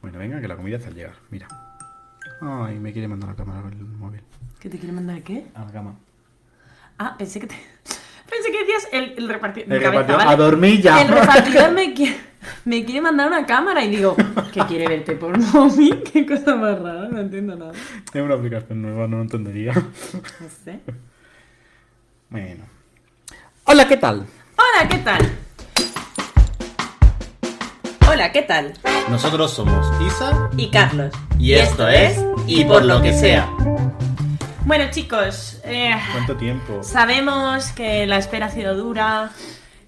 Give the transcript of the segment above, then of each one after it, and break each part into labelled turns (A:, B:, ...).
A: Bueno, venga, que la comida está al llegar. Mira. Ay, me quiere mandar a la cámara con el móvil.
B: ¿Que te quiere mandar qué?
A: A la cama.
B: Ah, pensé que te... Pensé que decías el, el repartidor.
A: El repartidor. A dormir ya.
B: El repartidor me, qui- me quiere mandar una cámara y digo, ¿qué quiere verte por móvil? Qué cosa más rara, no entiendo nada.
A: Tengo una aplicación nueva, no lo entendería.
B: No sé.
A: Bueno. Hola, ¿qué tal?
B: Hola, ¿qué tal? Hola, ¿qué tal?
C: Nosotros somos Isa
B: Y Carlos.
C: y, esto, es Y por lo que sea.
B: Bueno, chicos, eh,
A: ¿Cuánto tiempo?
B: sabemos que la espera ha sido dura,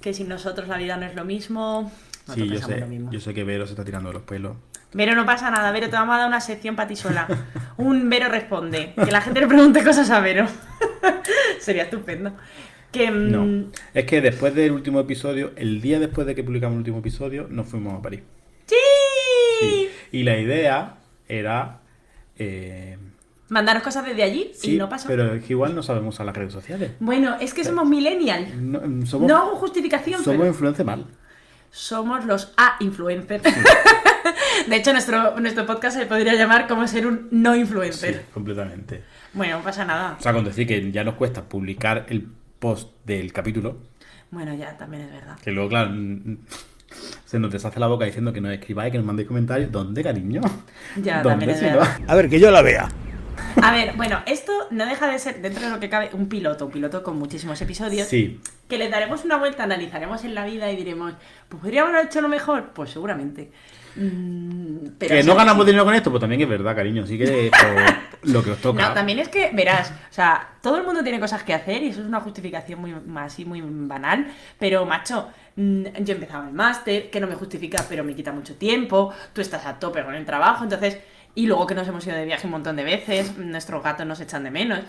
B: que sin nosotros la vida no es lo mismo. Nosotros
A: sí, yo
B: pensamos lo
A: sé,
B: mismo.
A: yo sé que Vero se está tirando de los pelos.
B: Vero, no pasa nada, Vero, te vamos a dar una sección para ti sola. Un Vero responde. Que la gente le pregunte cosas a Vero. Sería estupendo. Que, mm,
A: No. Es que después del último episodio, el día después de que publicamos el último episodio, nos fuimos a París.
B: ¡Sí!
A: Sí. Y la idea era. eh,
B: Mandaros cosas desde allí
A: sí,
B: y no pasó.
A: pero es que igual no sabemos usar las redes sociales.
B: Bueno, es que somos millennial.
A: No, mm, somos,
B: No hago justificación,
A: somos
B: pero
A: influencia mal.
B: somos los A-influencers. De hecho, nuestro, nuestro podcast se podría llamar como ser un
A: Sí,
B: no-influencer.
A: completamente.
B: Bueno, no pasa nada.
A: O sea, con decir que ya nos cuesta publicar el post del capítulo,
B: Bueno, ya, también es verdad.
A: que luego, claro, mm, se nos deshace la boca diciendo que nos escribáis, que nos mandéis comentarios. ¿Dónde, cariño?
B: Ya,
A: ¿Dónde
B: también es
A: si no?
B: verdad.
C: A ver, que yo la vea.
B: A ver, bueno, esto no deja de ser, dentro de lo que cabe, un piloto, un piloto con muchísimos episodios,
A: Sí,
B: que le daremos una vuelta, analizaremos en la vida y diremos, pues podríamos haber hecho lo mejor, pues seguramente. Mm, pero
A: que
B: así-
A: no ganamos dinero con esto, pues también es verdad, cariño. Así que o lo que os toca.
B: No, también es que, verás, o sea, todo el mundo tiene cosas que hacer y eso es una justificación muy así, muy banal, pero macho, mm, yo empezaba el máster, que no me justifica, pero me quita mucho tiempo, tú estás a tope con el trabajo, entonces, y luego que nos hemos ido de viaje un montón de veces, nuestros gatos nos echan de menos,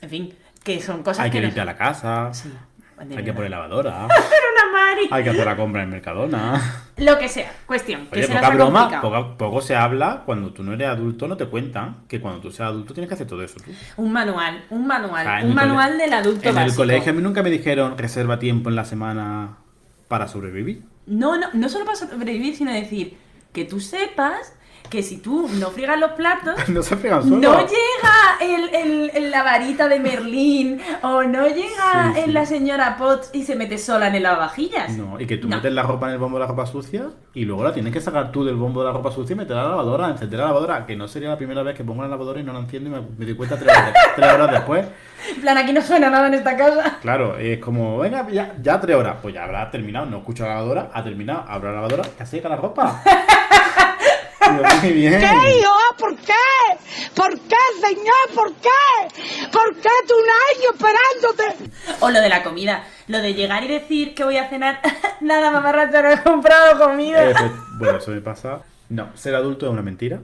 B: en fin, que son cosas
A: Hay que
B: nos-
A: limpiar la casa,
B: Sí, de
A: hay que
B: verdad.
A: poner lavadora,
B: Una Mari.
A: hay que hacer la compra en Mercadona.
B: Lo que sea, cuestión. Que
A: Oye,
B: se nos
A: poca
B: ha
A: broma,
B: complicado.
A: poca- poco se habla. Cuando tú no eres adulto, no te cuentan que cuando tú seas adulto tienes que hacer todo eso tú.
B: Un manual, un manual,
A: Ah, en
B: un
A: el
B: manual
A: cole-
B: del adulto
A: En el
B: básico.
A: colegio a mí nunca me dijeron reserva tiempo en la semana para sobrevivir.
B: No, no, no solo para sobrevivir, sino decir que tú sepas que si tú no friegas los platos,
A: No se pegan solo.
B: no llega el, el- el- la varita de Merlín o no llega
A: Sí, sí.
B: la señora Potts y se mete sola en el lavavajillas.
A: No, y que tú
B: No.
A: metes la ropa en el bombo de la ropa sucia y luego la tienes que sacar tú del bombo de la ropa sucia y meterla a la lavadora, encender la lavadora, que no sería la primera vez que pongo la lavadora y no la enciendo y me, me doy cuenta tres horas, de- tres horas después.
B: En plan, aquí no suena nada en esta casa.
A: Claro, es como, venga, ya, ya tres horas, pues ya habrá terminado, no escucho la lavadora, ha terminado, habrá la lavadora, que seca la ropa. Digo, Muy bien.
D: qué, yo? ¿Por qué? ¿Por qué, señor? ¿Por qué? ¿Por qué tú un año esperándote?
B: O lo de la comida, lo de llegar y decir que voy a cenar, nada mamarracho, no he comprado comida.
A: Eso- bueno, eso me pasa. No, ser adulto es una mentira.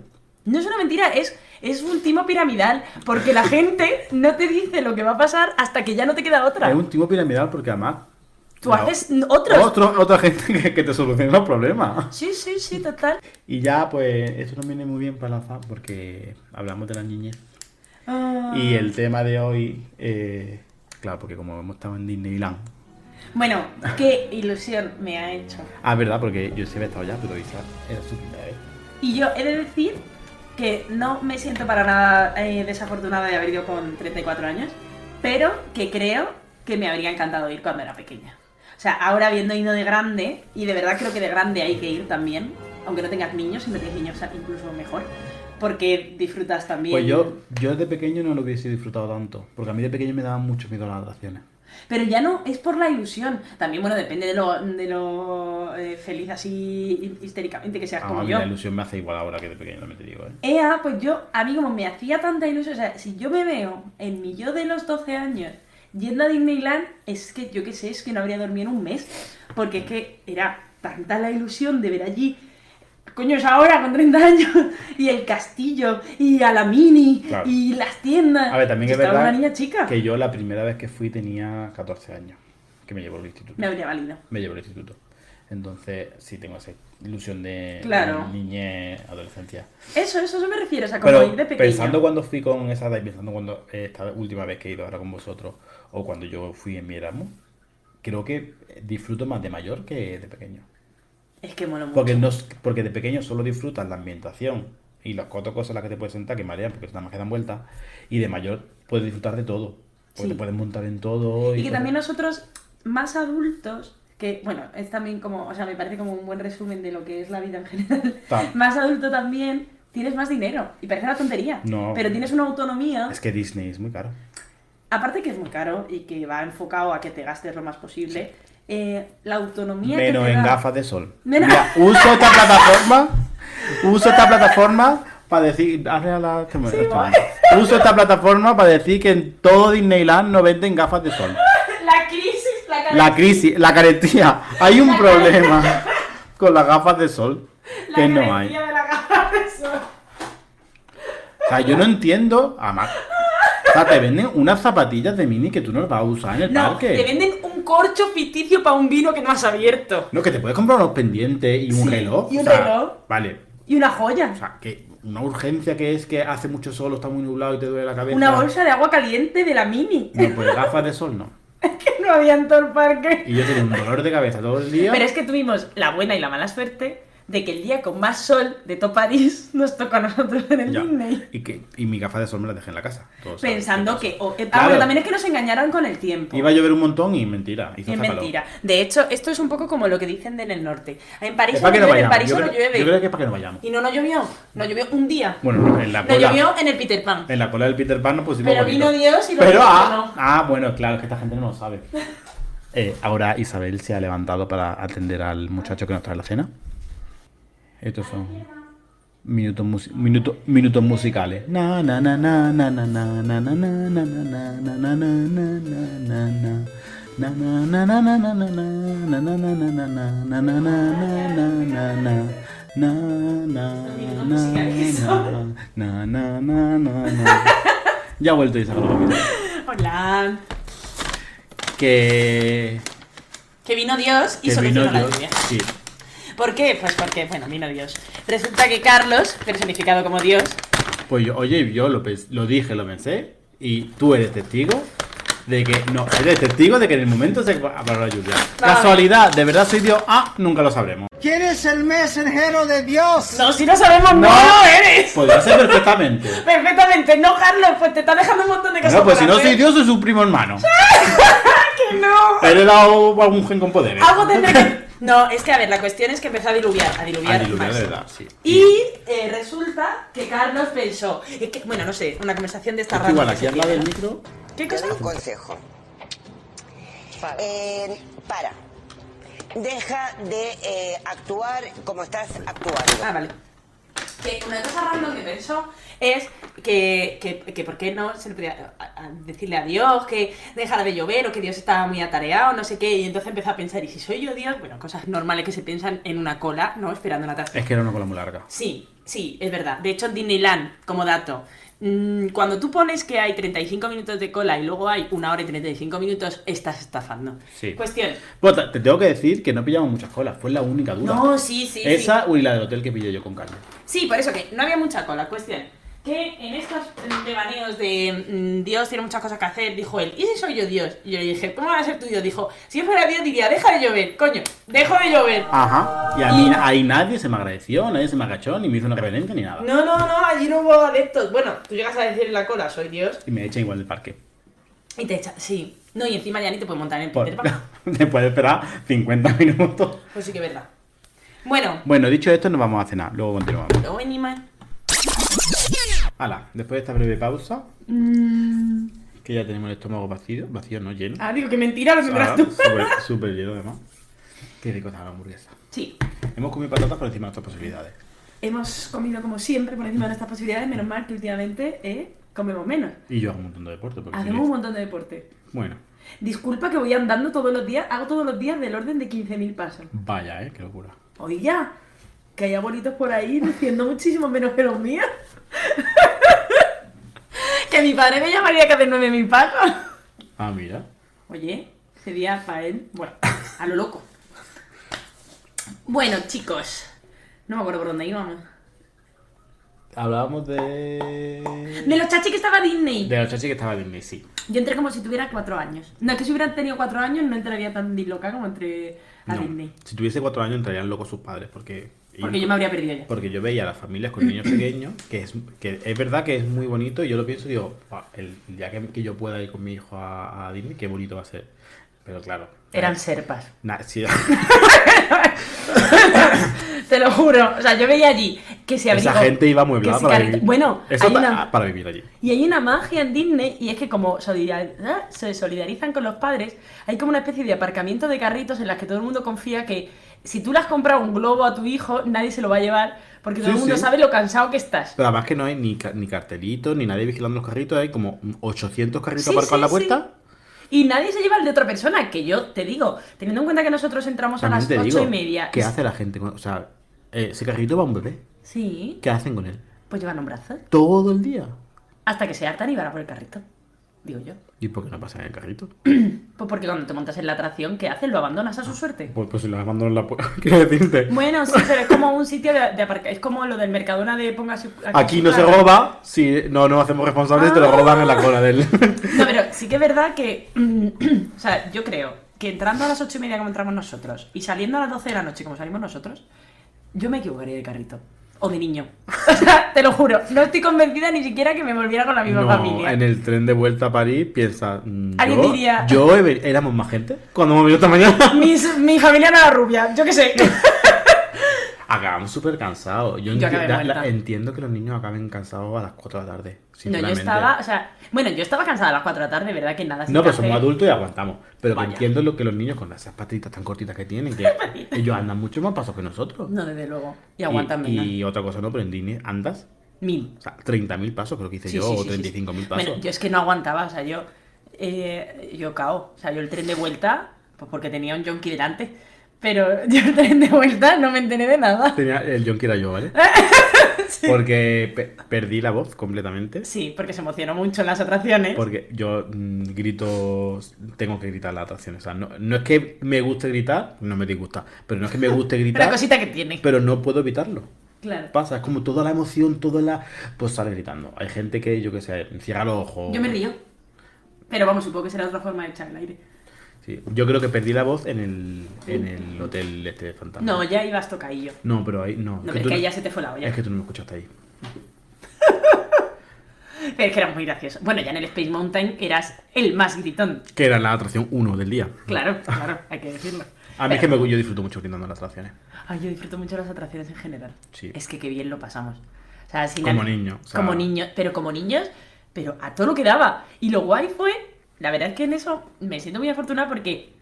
B: No es una mentira, es, es un timo piramidal, porque la gente no te dice lo que va a pasar hasta que ya no te queda otra.
A: Es un tipo piramidal porque además.
B: Tú
A: no,
B: haces otros.
A: otro- otra gente que, que te solucione los problemas.
B: Sí, sí, sí, total.
A: Y ya, pues, eso nos viene muy bien para la FA porque hablamos de la niñez.
B: Ah.
A: Y el tema de hoy, eh, claro, porque como hemos estado en Disneyland.
B: Ah, Bueno, qué ilusión me ha hecho.
A: Ah, es verdad, porque yo sí había estado ya, pero Isa era su primera vez.
B: Y yo he de decir que no me siento para nada eh, desafortunada de haber ido con 34 años, pero que creo que me habría encantado ir cuando era pequeña. O sea, ahora habiendo ido de grande, y de verdad creo que de grande hay que ir también, aunque no tengas niños, siempre tienes niños incluso mejor, porque disfrutas también.
A: Pues yo, yo de pequeño no lo hubiese disfrutado tanto, porque a mí de pequeño me daban mucho miedo las atracciones.
B: Pero ya no, es por la ilusión. También, bueno, depende de lo, de lo eh, feliz así histéricamente que seas
A: Ah,
B: como
A: a mí
B: yo.
A: la ilusión me hace igual ahora que de pequeño, también te digo, ¿eh?
B: Ea, pues yo, a mí como me hacía tanta ilusión, o sea, si yo me veo en mi yo de los 12 años yendo a Disneyland, es que yo qué sé, es que no habría dormido en un mes, porque es que era tanta la ilusión de ver allí, coño, es ahora con 30 años, y el castillo, y a la mini,
A: Claro.
B: y las tiendas.
A: A ver, también
B: Yo
A: es
B: estaba
A: verdad
B: una niña chica,
A: que yo la primera vez que fui tenía 14 años, que me llevó al instituto.
B: me habría valido.
A: Me llevó al instituto. Entonces, sí tengo esa ilusión de
B: Claro.
A: niñez, adolescencia.
B: Eso, eso, eso me refiero, o sea, como
A: Pero
B: ir de pequeño.
A: pensando cuando fui con esa edad y pensando cuando eh, esta última vez que he ido ahora con vosotros o cuando yo fui en mi Erasmus, creo que disfruto más de mayor que de pequeño.
B: Es que mola mucho.
A: Porque, no, porque de pequeño solo disfrutas la ambientación y los cotocos en las que te puedes sentar, que marean porque nada más que dan vueltas. Y de mayor puedes disfrutar de todo. Porque
B: Sí.
A: te puedes montar en todo.
B: Y que
A: todo.
B: también nosotros, más adultos, que bueno, es también como, o sea, me parece como un buen resumen de lo que es la vida en general.
A: Ta-
B: Más adulto también, tienes más dinero. Y parece una tontería.
A: No.
B: Pero tienes una autonomía.
A: Es que Disney es muy caro.
B: Aparte que es muy caro y que va enfocado a que te gastes lo más posible. eh, la autonomía que
A: Menos
B: te
A: en
B: da-
A: gafas de sol.
B: Menos-
A: Mira, uso esta plataforma. Uso esta plataforma para decir. hazle a la- que me- esto no. Uso esta plataforma para decir que en todo Disneyland no venden gafas de sol.
B: La crisis, la cara-
A: La crisis, la carestía. Hay un problema con las gafas de sol
B: la
A: que no hay.
B: carestía de la gafa de sol.
A: O sea, yo no entiendo. Además, o sea, te venden unas zapatillas de mini que tú no las vas a usar en el
B: No,
A: parque.
B: te venden un corcho ficticio para un vino que no has abierto.
A: No, que te puedes comprar unos pendientes y un
B: Sí,
A: reloj.
B: y
A: o
B: un
A: sea,
B: reloj.
A: Vale.
B: Y una joya.
A: O sea, que una urgencia que es que hace mucho sol, está muy nublado y te duele la cabeza.
B: Una bolsa de agua caliente de la mini.
A: No, pues gafas de sol no.
B: Que no había en todo el parque.
A: Y yo tengo un dolor de cabeza todo el día.
B: Pero es que tuvimos la buena y la mala suerte de que el día con más sol de todo París nos tocó a nosotros en el
A: Ya.
B: Disney.
A: Y, que, y mi gafa de sol me la dejé en la casa. Todos saben
B: Pensando
A: qué
B: que. o- eh, ah,
A: Claro.
B: bueno, también es que nos engañaron con el tiempo.
A: pasa. Iba a llover un montón y mentira. Hizo
B: Es
A: hasta calor.
B: mentira. De hecho, esto es un poco como lo que dicen del el norte. En París
A: Es para que
B: no
A: no
B: llueve, en
A: vayamos.
B: París
A: yo,
B: no
A: creo,
B: llueve.
A: yo creo que es para que no vayamos.
B: Y no, no llovió. No llovió un día.
A: Bueno, en la
B: No
A: cola.
B: llovió en el Peter Pan.
A: En la cola del Peter Pan no pusimos
B: Pero
A: bonito.
B: vino Dios y lo
A: Pero, ah,
B: solucionó.
A: ah, bueno, claro, es que esta gente no lo sabe. Eh, ahora Isabel se ha levantado para atender al muchacho que nos trae la cena. Estos son minutos, musi- minuto- minutos musicales. Na, na, na, na, na, na, na, na, na, na, na, na, na, na, na, na, na, na. Na, na, na, na, na, na, na, na, na, na, na, na, na, na, na, na, na, na, na. Na, na,
B: Minutos
A: na,
B: musicales
A: na,
B: son.
A: na, na, na, na, na. Ya ha vuelto Isabel. Gómez.
B: Hola.
A: Que.
B: Que vino Dios y
A: que
B: solucionó la
A: Dios-
B: lluvia.
A: Sí.
B: ¿Por qué? Pues porque, bueno, vino Dios. Resulta que Carlos, personificado como Dios,
A: Pues yo, oye, yo lo, pens- lo dije, lo pensé. Y tú eres testigo de que. No, eres testigo de que en el momento se va a parar la lluvia. Casualidad, de verdad soy Dios. Ah, nunca lo sabremos.
E: ¿Quién es el mensajero de Dios?
B: No, si no sabemos,
A: No.
B: no, lo eres.
A: Podría ser perfectamente.
B: Perfectamente, no, Carlos, pues te está dejando un montón de cosas.
A: No, pues si
B: por
A: no
B: hacer.
A: soy Dios, soy su primo hermano.
B: Que no.
A: Pero he dado algún gen con poderes.
B: Algo tendré que. No, es que a ver, la cuestión es que empezó a diluviar, a diluviar.
A: A diluviar,
B: más.
A: de verdad, sí.
B: Y eh, resulta que Carlos pensó. es que- bueno, no sé, una conversación de esta
A: Es
B: rara.
A: igual,
B: que
A: aquí
B: se
A: al lado del
B: tiene,
A: micro.
B: ¿no? ¿Qué
D: Te
B: cosa?
D: doy un consejo. Eh, para. Deja de eh, actuar como estás actuando.
B: Ah, vale. Que una cosa random que pensó es que, que, que por qué no se le podía a- a- decirle a Dios que dejara de llover o que Dios estaba muy atareado, no sé qué, y entonces empezó a pensar, ¿y si soy yo Dios? Bueno, cosas normales que se piensan en una cola, ¿no? Esperando una taza.
A: Es que era una cola muy larga.
B: Sí, sí, es verdad. De hecho, en Disneyland, como dato, mm, cuando tú pones que hay 35 minutos de cola y luego hay una hora y 35 minutos, estás estafando.
A: Sí.
B: Cuestión.
A: Bueno, te- te tengo que decir que no pillamos muchas colas. Fue la única duda.
B: No, sí, sí. sí.
A: Esa o y la del hotel que pillé yo con Carlos.
B: Sí, por eso que no había mucha cola. Cuestión, que en estos mm, devaneos de mm, Dios tiene muchas cosas que hacer, dijo él, ¿y si soy yo Dios? Y yo le dije, ¿cómo va a ser tú Dios? Dijo, si yo fuera Dios diría, deja de llover, coño, dejo de llover.
A: Ajá. Y a mí
B: Y-
A: ahí nadie se me agradeció, nadie se me agachó, ni me hizo una reverencia ni nada.
B: No, no, no, allí no hubo adeptos. Bueno, tú llegas a decir en la cola, soy Dios.
A: Y me echan igual del parque.
B: Y te echa, sí. No, y encima ya ni te puedes montar en el
A: Por-
B: Peter Pan.
A: Después de esperar 50 minutos.
B: Pues sí que es verdad. Bueno,
A: Bueno, dicho esto, nos vamos a cenar. Luego continuamos.
B: luego animal.
A: Hala, después de esta breve pausa, Mm. que ya tenemos el estómago vacío, vacío, no lleno.
B: Ah, digo que mentira lo que
A: Ahora,
B: verás tú.
A: Súper súper lleno, además. Qué rico está la hamburguesa.
B: Sí.
A: Hemos comido patatas por encima de nuestras posibilidades.
B: Hemos comido como siempre por encima de nuestras posibilidades, menos mal que últimamente eh, comemos menos.
A: Y yo hago un montón de deporte. Porque soy
B: Hacemos un
A: diestro.
B: montón de deporte.
A: Bueno,
B: Disculpa que voy andando todos los días, hago todos los días del orden de 15.000 pasos.
A: vaya, eh, qué locura.
B: Oye, ya, que hay abuelitos por ahí diciendo muchísimo menos que los míos. que mi padre me llamaría que hace 9.000 pasos.
A: Ah, mira.
B: Oye, sería para él, bueno, a lo loco. Bueno, chicos, no me acuerdo por dónde íbamos.
F: Hablábamos de.
B: De los chachis que estaba Disney.
F: De los chachis que estaba Disney, sí.
B: Yo entré como si tuviera cuatro años. No, es que si hubieran tenido cuatro años no entraría tan disloca como entré a
F: No.
B: Disney.
A: Si tuviese cuatro años entrarían locos sus padres porque...
B: Porque yo me habría perdido ya.
A: Porque yo veía a las familias con niños pequeños, que es, que es verdad que es muy bonito, y yo lo pienso y digo, "Buah, el día que, que yo pueda ir con mi hijo a, a Disney, qué bonito va a ser. Pero claro. eh,
B: Eran serpas.
A: Nah, sí,
B: Te lo juro. O sea, yo veía allí que se abrigó.
A: esa gente iba
B: que
A: amueblada
B: si
A: para
B: carrito-
A: vivir.
B: Bueno,
A: Eso
B: hay
A: pa- ah,
B: una-
A: para vivir allí.
B: Y hay una magia en Disney y es que como solidar- ¿ah? se solidarizan con los padres, hay como una especie de aparcamiento de carritos en las que todo el mundo confía que si tú le has comprado un globo a tu hijo, nadie se lo va a llevar porque todo
A: Sí,
B: el mundo
A: sí.
B: sabe lo cansado que estás.
A: Pero además que no hay ni, ca- ni cartelitos, ni nadie vigilando los carritos, hay como 800 carritos
B: Sí,
A: aparcados en la
B: sí,
A: puerta.
B: Y nadie se lleva el de otra persona, que yo te digo, teniendo en cuenta que nosotros entramos a
A: También
B: las
A: te
B: ocho
A: digo,
B: y media.
A: ¿Qué hace la gente? con- o sea, eh, ese carrito va a un bebé.
B: Sí,
A: ¿Qué hacen con él?
B: pues llevan un brazo.
A: Todo el día.
B: Hasta que se hartan y van a por el carrito, digo yo.
A: ¿Y por qué no pasa en el carrito?
B: Pues porque cuando te montas en la atracción, ¿qué haces? ¿Lo abandonas a su suerte?
A: Pues, pues si lo abandonan en la puerta. Quiero decirte.
B: Bueno, sí, pero es como un sitio de, aparcar. Es como lo del Mercadona de ponga su-
A: Aquí
B: su
A: no se
B: carro.
A: roba, si no nos hacemos responsables, te lo
B: Ah.
A: roban en la cola del.
B: No, pero sí que es verdad que. o sea, yo creo que entrando a las ocho y media como entramos nosotros y saliendo a las 12 de la noche como salimos nosotros, yo me equivocaría de carrito. O de niño. O sea, te lo juro. No estoy convencida ni siquiera que me volviera con la misma
A: No,
B: familia.
A: en el tren de vuelta a París, piensa. mm,
B: Alguien
A: yo,
B: diría-
A: yo he ve- éramos más gente cuando hemos venido esta mañana.
B: Mis- mi familia no era rubia, yo qué sé.
A: Acabamos súper cansados. Yo,
B: Yo
A: enti-
B: acabé
A: la- la-
B: muerta.
A: entiendo que los niños acaben cansados a las 4 de la tarde.
B: no, yo
A: sinceramente.
B: estaba. O sea, bueno, yo estaba cansada a las 4 de la tarde, ¿verdad? Que nada. sin
A: No, pero
B: café.
A: somos adultos y aguantamos. Pero que
B: Vaya.
A: entiendo lo que los niños con esas patitas tan cortitas que tienen, que ellos andan mucho más pasos que nosotros.
B: No, desde luego. Y aguantan menos.
A: Y, y otra cosa no, pero en Disney andas,
B: Mil.
A: o sea, 30.000 pasos creo que hice
B: Sí,
A: yo,
B: sí, sí,
A: o 35.000
B: sí, sí.
A: pasos.
B: Bueno, yo es que no aguantaba, o sea, yo. eh, yo cao. O sea, yo el tren de vuelta, pues porque tenía un yonki delante. Pero yo el tren de vuelta no me enteré de nada.
A: Tenía el John que era yo, ¿vale? Porque pe- perdí la voz completamente.
B: Sí, porque se emocionó mucho en las atracciones.
A: Porque yo mm, grito, tengo que gritar las atracciones. O sea, no, no es que me guste gritar, no me disgusta, pero no es que me guste
B: Una
A: gritar,
B: cosita que tiene.
A: pero no puedo evitarlo.
B: Claro.
A: Pasa, es como toda la emoción, toda la... Pues sale gritando. Hay gente que, yo que sé, cierra los ojos.
B: Yo me río. Pero vamos, supongo que será otra forma de echar el aire.
A: Sí, Yo creo que perdí la voz en el, en el hotel este de fantasma.
B: No, ya ibas tocadillo.
A: No, pero ahí no. que
B: No, pero
A: tú
B: es que
A: no-
B: ahí ya se te fue la olla.
A: es que tú no me escuchaste ahí.
B: Pero es que eras muy gracioso. Bueno, ya en el Space Mountain eras el más gritón.
A: Que era la atracción 1 del día.
B: Claro, claro, hay que decirlo.
A: A mí es que me, yo disfruto mucho gritando en las atracciones.
B: Ay, yo disfruto mucho las atracciones en general.
A: Sí.
B: Es que qué bien lo pasamos. O sea, sin
A: Como
B: al-
A: niño, o sea-
B: Como niños, pero como niños, pero a todo lo que daba. Y lo guay fue, la verdad es que en eso me siento muy afortunada porque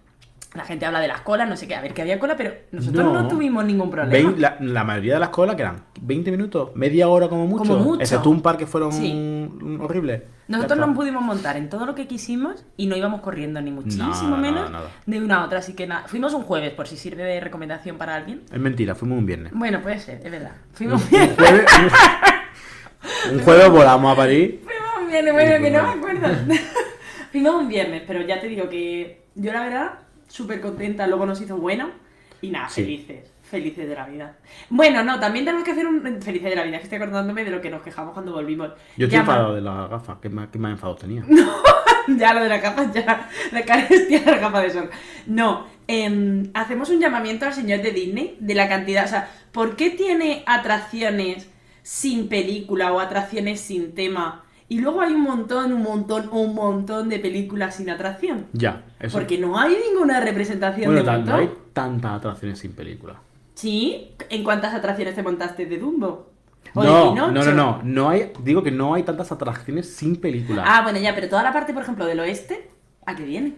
B: la gente habla de las colas, no sé qué, a ver que había cola, pero nosotros no,
A: No.
B: tuvimos ningún problema.
A: Vein- la, la mayoría de las colas que eran 20 minutos, media hora como mucho.
B: Como mucho.
A: Excepto un par que fueron
B: Sí.
A: mm, horribles.
B: Nosotros
A: Ya está.
B: nos pudimos montar en todo lo que quisimos y no íbamos corriendo ni muchísimo
A: Nada,
B: menos
A: nada, nada.
B: de una a otra, así que nada. Fuimos un jueves, por si sirve de recomendación para alguien.
A: Es mentira, fuimos un viernes.
B: Bueno, puede ser, es verdad. Fuimos
A: Un jueves, un jueves volamos a París.
B: Fuimos un viernes, bueno, que no me acuerdo. Fuimos un viernes, pero ya te digo que yo la verdad, súper contenta, luego nos hizo bueno y nada,
A: Sí.
B: felices, felices de la vida. Bueno, no, también tenemos que hacer un felices de la vida, que estoy acordándome de lo que nos quejamos cuando volvimos.
A: Yo estoy
B: Ya ma-
A: enfadado de las gafas, que más, que más enfado tenía.
B: ya lo de la capa, ya. La carestía de la capa de sol. No, em, hacemos un llamamiento al señor de Disney de la cantidad. O sea, ¿por qué tiene atracciones sin película o atracciones sin tema? Y luego hay un montón, un montón, un montón de películas sin atracción.
A: Ya, eso.
B: Porque no hay ninguna representación
A: bueno,
B: de
A: tan- no
B: montón.
A: hay tantas atracciones sin película.
B: Sí, ¿en cuántas atracciones te montaste de Dumbo? ¿O de
A: No, no, no,
B: Pinocho?
A: no, no hay, digo que no hay tantas atracciones sin película.
B: Ah, bueno, ya, pero toda la parte, por ejemplo, del oeste, ¿a qué viene?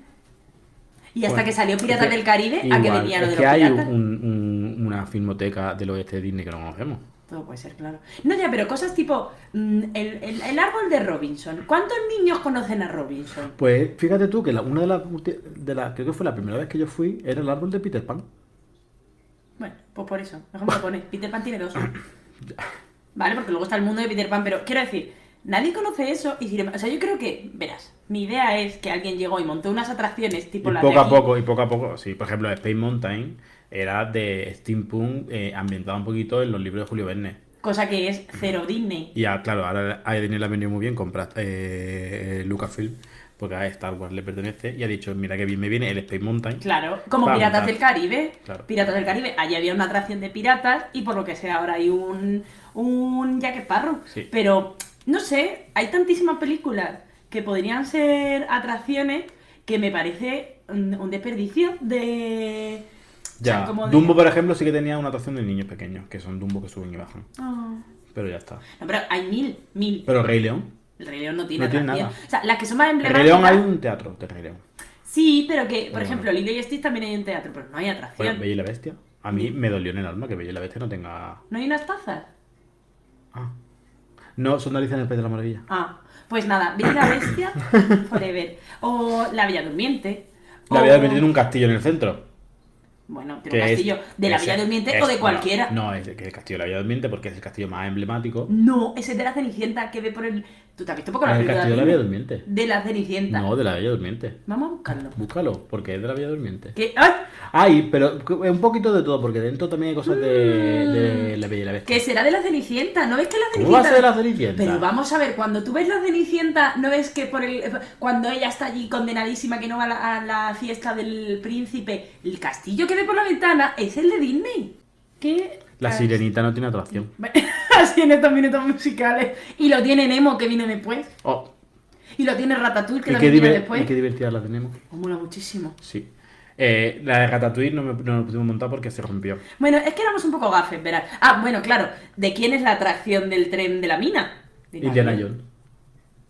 B: Y hasta
A: Bueno,
B: que salió Piratas
A: es que-
B: del Caribe, ¿a qué
A: igual,
B: venía lo
A: es
B: de
A: que
B: los
A: hay
B: piratas?
A: un- un- una filmoteca del oeste de Disney que no conocemos.
B: Todo puede ser, claro. No, ya, pero cosas tipo mm, el, el- el árbol de Robinson. ¿Cuántos niños conocen a Robinson?
A: Pues fíjate tú que la- una de las ulti- de las- creo que fue la primera vez que yo fui era el árbol de Peter Pan.
B: Bueno, pues por eso. Mejor me lo pones. Peter Pan tiene dos. Vale, porque luego está el mundo de Peter Pan, pero quiero decir, nadie conoce eso. Y si le- o sea, yo creo que, verás, mi idea es que alguien llegó y montó unas atracciones
A: Y
B: tipo la
A: poco a poco, y poco a poco, sí. Por ejemplo, Space Mountain era de steampunk eh, ambientado un poquito en los libros de Julio Verne.
B: cosa que es cero Disney.
A: Y ah, claro, ahora a Disney le ha venido muy bien comprar eh, Lucasfilm, porque a Star Wars le pertenece, y ha dicho, mira que bien me viene el Space Mountain.
B: Claro, como
A: Vamos,
B: Piratas
A: claro.
B: del Caribe.
A: Claro.
B: Piratas del Caribe, allí había una atracción de piratas y por lo que sea ahora hay un, un Jack Sparrow.
A: Sí.
B: Pero, no sé, hay tantísimas películas que podrían ser atracciones que me parece un, un desperdicio de... o sea,
A: Ya,
B: como de-
A: Dumbo, por ejemplo, sí que tenía una atracción de niños pequeños, que son Dumbo que suben y bajan.
B: Ah.
A: Pero ya está.
B: No, pero hay mil, mil.
A: Pero Rey León.
B: el Rey León no tiene,
A: no tiene
B: atracción.
A: nada.
B: O sea, las que son más
A: En Rey León
B: emblemáticas...
A: hay un teatro de Rey León.
B: Sí, pero que, por
A: Pero
B: ejemplo, Lilo y Stitch también hay en teatro, pero no hay atracción.
A: Bueno, Bella y la Bestia. A mí me dolió en el alma que Bella y la Bestia no tenga...
B: ¿No hay unas tazas?
A: Ah. No, son de Alicia en el País de la Maravilla.
B: Ah, pues nada, Bella y la Bestia, Forever. O La Bella Durmiente.
A: La
B: o-
A: Bella Durmiente tiene un castillo en el centro.
B: Bueno,
A: que
B: tiene un castillo.
A: es-
B: de la
A: ese-
B: Bella Durmiente
A: es-
B: o de cualquiera. No,
A: No, no, es el- que el castillo de la Bella Durmiente porque es el castillo más emblemático.
B: ese de la Cenicienta que ve por el. ¿Tú te has visto por la
A: Ah, el
B: película
A: castillo de la Bella
B: Disney?
A: Durmiente.
B: De la Cenicienta.
A: No, de la Bella Durmiente.
B: Vamos a buscarlo.
A: Búscalo, porque es de la Bella Durmiente.
B: Que, ¡ay!
A: Ay, pero un poquito de todo, porque dentro también hay cosas de, de la Bella y la Bestia.
B: que será de la Cenicienta. ¿No ves que la
A: ¿Cómo va
B: Cenicienta.?
A: a ser de la Cenicienta?
B: Pero vamos a ver, cuando tú ves la Cenicienta, ¿no ves que por el cuando ella está allí condenadísima que no va a la, a la fiesta del príncipe, el castillo que ve por la ventana es el de Disney? ¿Qué?
A: La
B: cas-
A: sirenita no tiene atracción.
B: Así en estos minutos musicales. Y lo tiene Nemo, que viene después.
A: Oh,
B: Y lo tiene Ratatouille, que
A: y, qué
B: también viene
A: diver- y
B: después.
A: qué divertida la tenemos.
B: Me mola muchísimo.
A: Sí. Eh, la de Ratatouille no, me, no la pudimos montar porque se rompió.
B: Bueno, es que éramos un poco gafes, verás. Ah, bueno, claro. ¿De quién es la atracción del tren de la mina? De
A: Indiana
B: nadie.
A: Jones.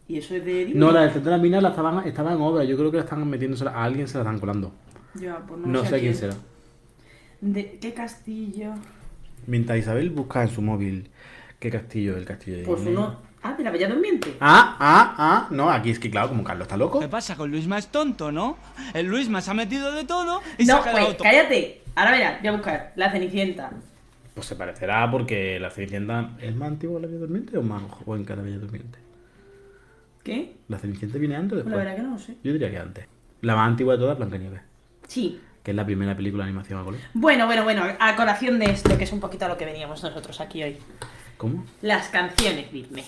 B: ¿Y eso es de Disney?
A: No, la del centro de la mina la estaban, estaba en obra. Yo creo que la están metiéndose a alguien, se la están colando.
B: Ya, pues no,
A: No, sé,
B: a
A: quién será.
B: ¿De qué castillo?
A: Mientras Isabel busca en su móvil qué castillo, el castillo de
B: Pues
A: Disney.
B: uno. Ah, de la Bella Durmiente.
A: Ah, ah, ah. No, aquí es que claro, como Carlos está loco.
G: ¿Qué pasa con Luisma? Es tonto, ¿no? El Luisma se ha metido de todo y se
B: no,
G: ha quedado
B: pues,
G: tonto.
B: cállate. Ahora verás, voy a buscar la Cenicienta.
A: Pues se parecerá porque la Cenicienta es más antigua la Bella Durmiente o más joven que la Bella Durmiente.
B: ¿Qué?
A: La Cenicienta viene antes o
B: Pues la
A: después.
B: verdad que no lo sé.
A: Yo diría que antes. La más antigua de todas, Blancanieves,
B: Sí.
A: que es la primera película de animación a color.
B: Bueno, bueno, bueno, a colación de esto, que es un poquito a lo que veníamos nosotros aquí hoy.
A: ¿Cómo?
B: Las canciones Disney.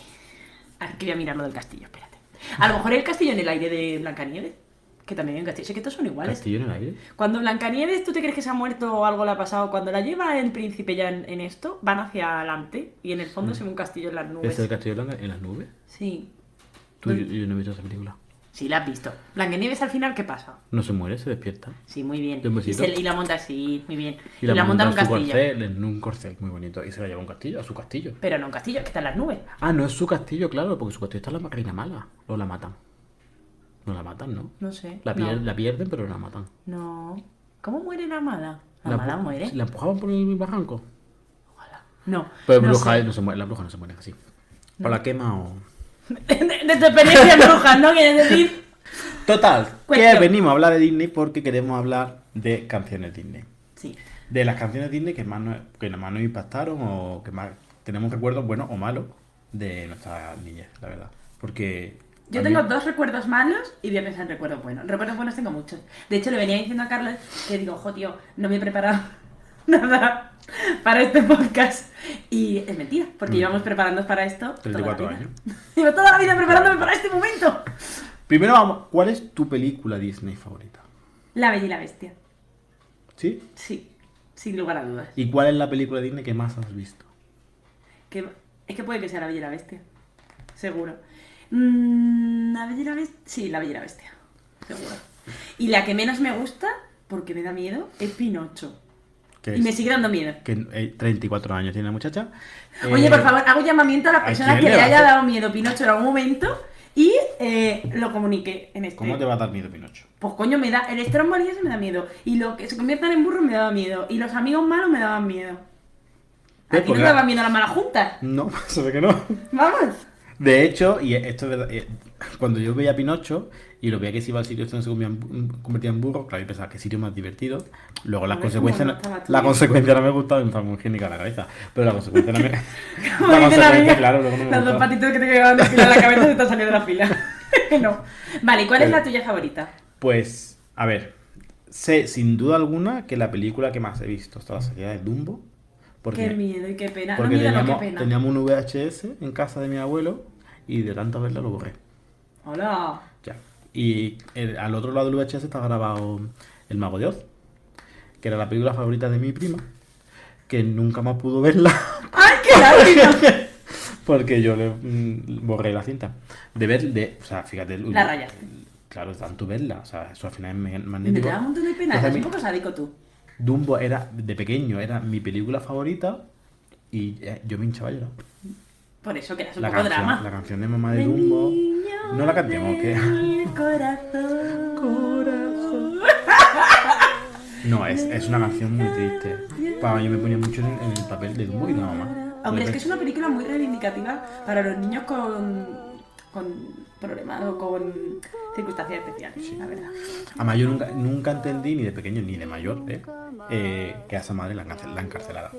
B: Ah, que voy a mirar lo del castillo, espérate. A lo mejor el castillo en el aire de Blancanieves, que también hay un castillo. Sé que estos son iguales.
A: ¿Castillo en el aire?
B: Cuando Blancanieves, ¿tú te crees que se ha muerto o algo le ha pasado? Cuando la lleva el príncipe ya en, en esto, van hacia adelante y en el fondo se ve un castillo en las nubes.
A: Mm. ¿Es el castillo blanco en las nubes?
B: Sí.
A: Tú,
B: No.
A: yo, yo no he visto esa película.
B: Sí, la has visto. Blancanieves al final, ¿qué pasa?
A: No se muere, se despierta.
B: Sí, muy bien.
A: De un besito.
B: Y, se- y la monta, sí, muy bien.
A: Y la, monta
B: montan
A: en
B: un
A: su
B: castillo.
A: corcel, en un corcel muy bonito. Y se la lleva a un castillo, a su castillo.
B: Pero no un castillo, es que está en las nubes.
A: Ah, no es su castillo, claro, porque su castillo está en la reina mala. O la matan. No la matan, ¿no?
B: No sé.
A: La,
B: no.
A: pier- la pierden, pero la matan.
B: No. ¿Cómo muere la mala? ¿La,
A: La
B: mala
A: empu-
B: muere?
A: ¿La empujaban por el barranco?
B: No.
A: Pero
B: no
A: bruja
B: sé.
A: no se muere, la bruja no se muere así. ¿O la quema o...?
B: de, de tu experiencia en brujas, ¿no? Quieres decir.
A: Total, que
B: Cuestión.
A: venimos a hablar de Disney porque queremos hablar de canciones Disney.
B: Sí.
A: De las canciones Disney que más nos, que más nos impactaron o que más tenemos recuerdos buenos o malos de nuestra niñez, la verdad. Porque...
B: Yo
A: a
B: tengo
A: mí-
B: dos recuerdos malos y voy a pensar en recuerdos buenos. Recuerdos buenos tengo muchos. De hecho, le venía diciendo a Carlos que digo, jo, tío, no me he preparado nada para este podcast. Y es mentira, porque llevamos preparándonos para esto. toda la
A: 34
B: vida.
A: años.
B: Llevo toda la vida preparándome para este momento.
A: Primero vamos, ¿cuál es tu película Disney favorita?
B: La Bella y la Bestia.
A: ¿Sí?
B: Sí, sin lugar a dudas.
A: ¿Y cuál es la película Disney que más has visto?
B: Que- es que puede que sea la Bella y la Bestia. Seguro. Mm, la Bella y la Bestia. Sí, la Bella y la Bestia. Seguro. Y la que menos me gusta, porque me da miedo, es Pinocho.
A: Que
B: Y me
A: es-
B: sigue dando miedo.
A: que, eh, 34 años tiene la muchacha.
B: Oye,
A: Eh,
B: por favor, hago llamamiento a las
A: ¿a
B: personas
A: quién
B: que
A: le
B: le
A: va a
B: haya
A: hacer?
B: dado miedo Pinocho en algún momento y eh, lo comunique en este.
A: ¿Cómo te va a dar miedo Pinocho?
B: Pues coño, me da. El estrombolía se me da miedo. Y lo que se conviertan en burros me daba miedo. Y los amigos malos me daban miedo. ¿A
A: Eh,
B: ti no
A: porque
B: te
A: la-
B: daban miedo las malas juntas?
A: No, se ve que no.
B: Vamos.
A: De hecho, y esto es verdad, eh, cuando yo veía a Pinocho y lo veía que si iba al sitio esto no se convertía en, bu- convertía en burro, claro, yo pensaba que sitio más divertido. Luego las
B: A ver,
A: consecuencias,
B: ¿cómo
A: no-
B: no estaba tú?
A: la consecuencia no me gustaba, me estaba muy higiénica la cabeza, pero la consecuencia no me, la
B: Como dice la
A: consecuencia,
B: amiga,
A: este claro, luego no me
B: Las dos
A: gustaba.
B: patitos que te quedaban de fila en la cabeza se te han salido de la fila. no. Vale, ¿y cuál
A: Eh,
B: es la tuya favorita?
A: Pues, a ver, sé sin duda alguna que la película que más he visto hasta la salida es Dumbo, Porque
B: Qué miedo y qué pena.
A: Porque
B: no, miedo, no,
A: teníamos,
B: qué pena.
A: teníamos un VHS en casa de mi abuelo y de tantas verla lo borré.
B: Hola.
A: Ya. Y el- al otro lado del VHS está grabado El Mago de Oz, que era la película favorita de mi prima, que nunca más pudo verla
B: ¡Ay, qué lástima!
A: porque yo le mm, borré la cinta. De ver, de, o sea, fíjate. el-
B: La rayaste.
A: Claro, es tanto verla, o sea, eso al final es me-
B: Me
A: magnífico.
B: da un montón de pena.
A: Entonces a
B: Eres
A: mí-
B: un poco sádico tú.
A: Dumbo era, de pequeño, era mi película favorita y eh, yo me hinchaba a llorar.
B: Por eso que eras un
A: La
B: poco
A: canción,
B: drama.
A: la canción de Mamá de Dumbo. No la cantemos, ¿qué?
B: Corazón.
A: Corazón. No, es, es una canción muy triste. Pa, yo me ponía mucho en, en el papel de Dumbo y de la mamá.
B: Hombre, es que es una película muy reivindicativa para los niños con, con problemas o con circunstancias especiales, la verdad.
A: Además, yo nunca, nunca entendí, ni de pequeño ni de mayor, eh, eh, que a esa madre la, encárcel- la encarcelara.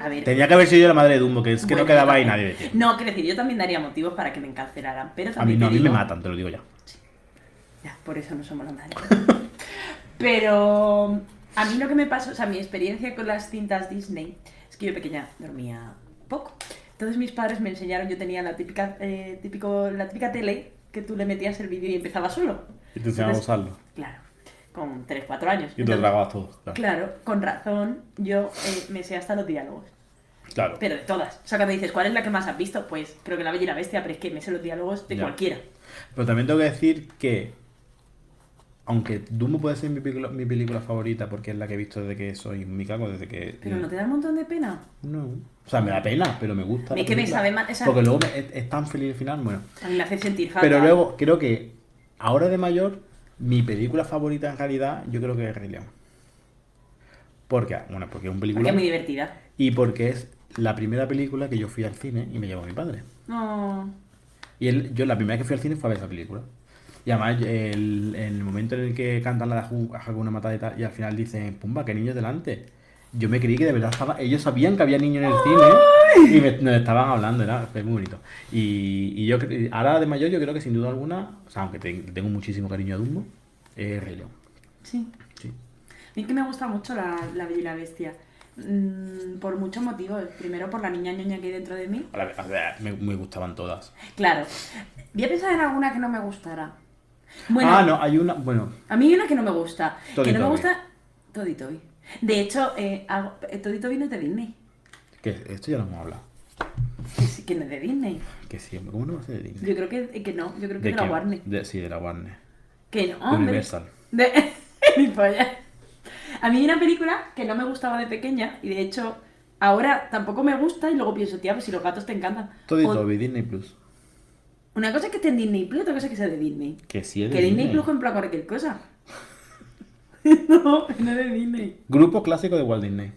B: A ver.
A: Tenía que haber sido yo la madre de Dumbo, que es que no
B: bueno,
A: quedaba
B: yo
A: ahí nadie.
B: también-
A: tío.
B: No, quiero decir, yo también daría motivos para que me encarcelaran, pero
A: A mí,
B: también.
A: no, a
B: te
A: mí me
B: digo-
A: matan, te lo digo ya.
B: Ya, por eso no somos la madre. Pero a mí lo que me pasó, o sea, mi experiencia con las cintas Disney es que yo pequeña dormía poco. Entonces mis padres me enseñaron, yo tenía la típica, eh, típico, la típica tele que tú le metías el vídeo y empezaba solo.
A: Y te enseñaban a
B: Entonces,
A: usarlo.
B: Claro, con 3-4 años.
A: Y te lo
B: Entonces,
A: tragabas todo. Claro.
B: Claro, con razón, yo eh, me sé hasta los diálogos.
A: Claro.
B: Pero de todas. O sea, cuando dices, ¿cuál es la que más has visto? Pues creo que La Bella y la Bestia, pero es que me sé los diálogos de
A: Ya.
B: cualquiera.
A: Pero también tengo que decir que, aunque Dumbo puede ser mi, película- mi película favorita, porque es la que he visto desde que soy un micago, desde que...
B: Pero no te da un montón de pena.
A: No. O sea, me da pena, pero me gusta. la
B: Es que me
A: película.
B: sabe mal- esa-
A: Porque luego me- es, es tan feliz el final, bueno.
B: A mí me hace sentir fatal.
A: Pero luego, creo que, ahora de mayor, mi película favorita en realidad, yo creo que es Rey León. Porque, bueno, porque es un
B: Porque
A: película...
B: es muy divertida.
A: Y porque es la primera película que yo fui al cine y me llevó mi padre.
B: No.
A: Y él, yo la primera vez que fui al cine fue a ver esa película. Y además, el, el momento en el que cantan la de Hu- Hakuna Matata y tal, y al final dicen, pumba, que niños delante. Yo me creí que de verdad estaba, ellos sabían que había niños en el cine y me- nos estaban hablando, era fue muy bonito. Y, y yo cre- ahora de mayor yo creo que sin duda alguna, o sea, aunque te- tengo muchísimo cariño a Dumbo, es Rey León.
B: Sí.
A: Sí.
B: A mí que me gusta mucho la, la Bella y la Bestia. Mm, por muchos motivos. Primero, por la niña ñoña que hay dentro de mí.
A: A la vez- a ver, me, me gustaban todas.
B: Claro. Voy a pensar en alguna que no me gustara. Bueno,
A: ah, no, hay una, bueno,
B: a mí hay una que no me gusta.
A: Toby
B: que no me
A: Toby.
B: gusta Toddy Toby. De hecho, eh, hago- eh, Toddy Toby no es de Disney.
A: que esto ya lo hemos hablado.
B: Que sí, que no es de Disney.
A: Que sí, hombre, ¿cómo no va a ser de Disney?
B: Yo creo que, que no. Yo creo que
A: ¿De
B: de la
A: qué?
B: Warner. Ah,
A: De- sí, de la Warner.
B: Que no,
A: De
B: hombre.
A: Universal.
B: De... Ni polla. A mí hay una película que no me gustaba de pequeña y de hecho ahora tampoco me gusta y luego pienso, tía, pues si los gatos te encantan.
A: Todo y
B: O-
A: Toby, Disney Plus.
B: Una cosa es que esté en Disney Plus, otra cosa es que sea de Disney.
A: Que sí es de
B: que Disney, Plus compra cualquier cosa. no, no es de Disney.
A: Grupo clásico de Walt Disney.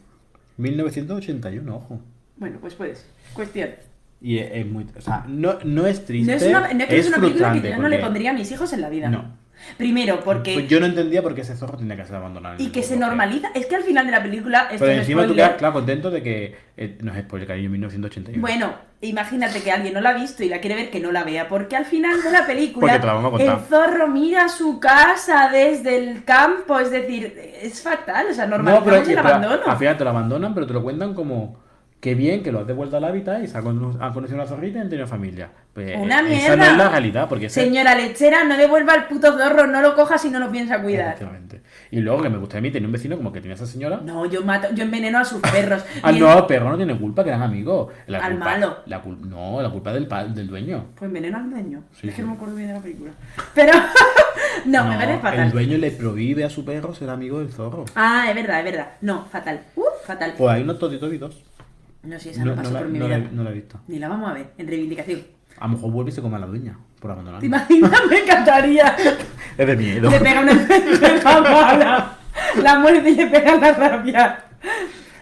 A: 1981, ojo.
B: Bueno, pues puedes. Cuestión.
A: Y es, es muy. O sea, no, no es triste.
B: No es una, no es que es una película que
A: frustrante
B: yo no le
A: porque-
B: pondría a mis hijos en la vida.
A: No.
B: Primero, porque.
A: Pues yo no entendía por qué ese zorro tenía que ser abandonado. en
B: Y
A: el
B: que se
A: bosque.
B: normaliza. Es que al final de la película. Esto
A: Pero
B: no es
A: encima tú
B: spoiler.
A: quedas, claro, contento de que eh, no es spoiler, cariño, 1981.
B: Bueno, imagínate que alguien no la ha visto y la quiere ver que no la vea, porque al final de la película
A: Porque te la vamos a contar.
B: el zorro mira su casa desde el campo, es decir, es fatal, o sea,
A: no, pero,
B: normalizamos el
A: pero
B: abandono.
A: al final te lo abandonan, pero te lo cuentan como. Qué bien que lo has devuelto al hábitat y se ha con- han conocido una zorrita y han tenido familia. Pues,
B: Una
A: eh,
B: mierda.
A: Esa no es la realidad, porque ese-
B: Señora lechera, no devuelva al puto zorro, no lo coja si no lo piensa cuidar.
A: Efectivamente. Y luego que me gusta a mí, tenía un vecino como que tenía a esa señora.
B: No, yo mato, yo enveneno a sus perros.
A: Ah,
B: Bien,
A: no, perro no tiene culpa, que eran amigos. La
B: Al
A: culpa-
B: malo.
A: La cul- no, la culpa es del, pa- del dueño.
B: Pues enveneno al dueño.
A: Sí,
B: es
A: sí.
B: que no me acuerdo bien de la película. Pero no, me parece fatal.
A: El dueño le prohíbe a su perro ser amigo del zorro.
B: Ah, es verdad, es verdad. No, fatal. Uh, fatal.
A: Pues hay unos totitos y dos.
B: No sé, esa
A: No,
B: no
A: no
B: pasó
A: la,
B: por mi
A: no la
B: vida.
A: he- no la he visto.
B: Ni la vamos a ver, en reivindicación.
A: A lo mejor vuelve y se come a la dueña por abandonar.
B: ¿Te imaginas? Me encantaría.
A: Es de miedo.
B: Le pega una enfermedad mala. La muerte y le pega la rabia.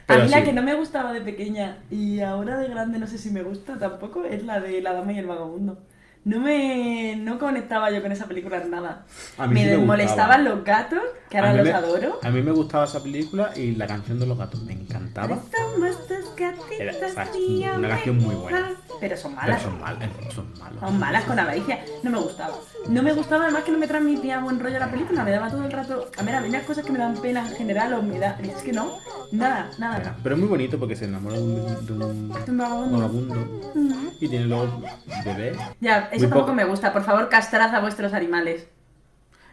A: Pero
B: a mí la
A: sí.
B: que no me gustaba de pequeña y ahora de grande no sé si me gusta tampoco es la de La Dama y el Vagabundo. No me no conectaba yo con esa película en nada.
A: A mí
B: me
A: sí me gustaba.
B: molestaban los gatos, que ahora
A: mí
B: los
A: me-
B: adoro.
A: A mí me gustaba esa película y la canción de los gatos me encantaba.
B: Somos tus
A: Era, o sea,
B: gatitos
A: es una canción muy buena.
B: pero son
A: Pero
B: malas.
A: son malos. Son malos.
B: Son malas con avaricia. No me gustaba. No me gustaba, además que no me transmitía buen rollo la película. Me daba todo el rato. A ver, a mí las cosas que me dan pena en general o me da. Es que no. Nada, nada,
A: Pero-
B: no.
A: Pero es muy bonito porque se enamora de un, de un
B: Un vagabundo.
A: vagabundo y tiene luego bebé.
B: Ya,
A: Muy
B: eso tampoco
A: poco.
B: me gusta. Por favor, castrad a vuestros animales.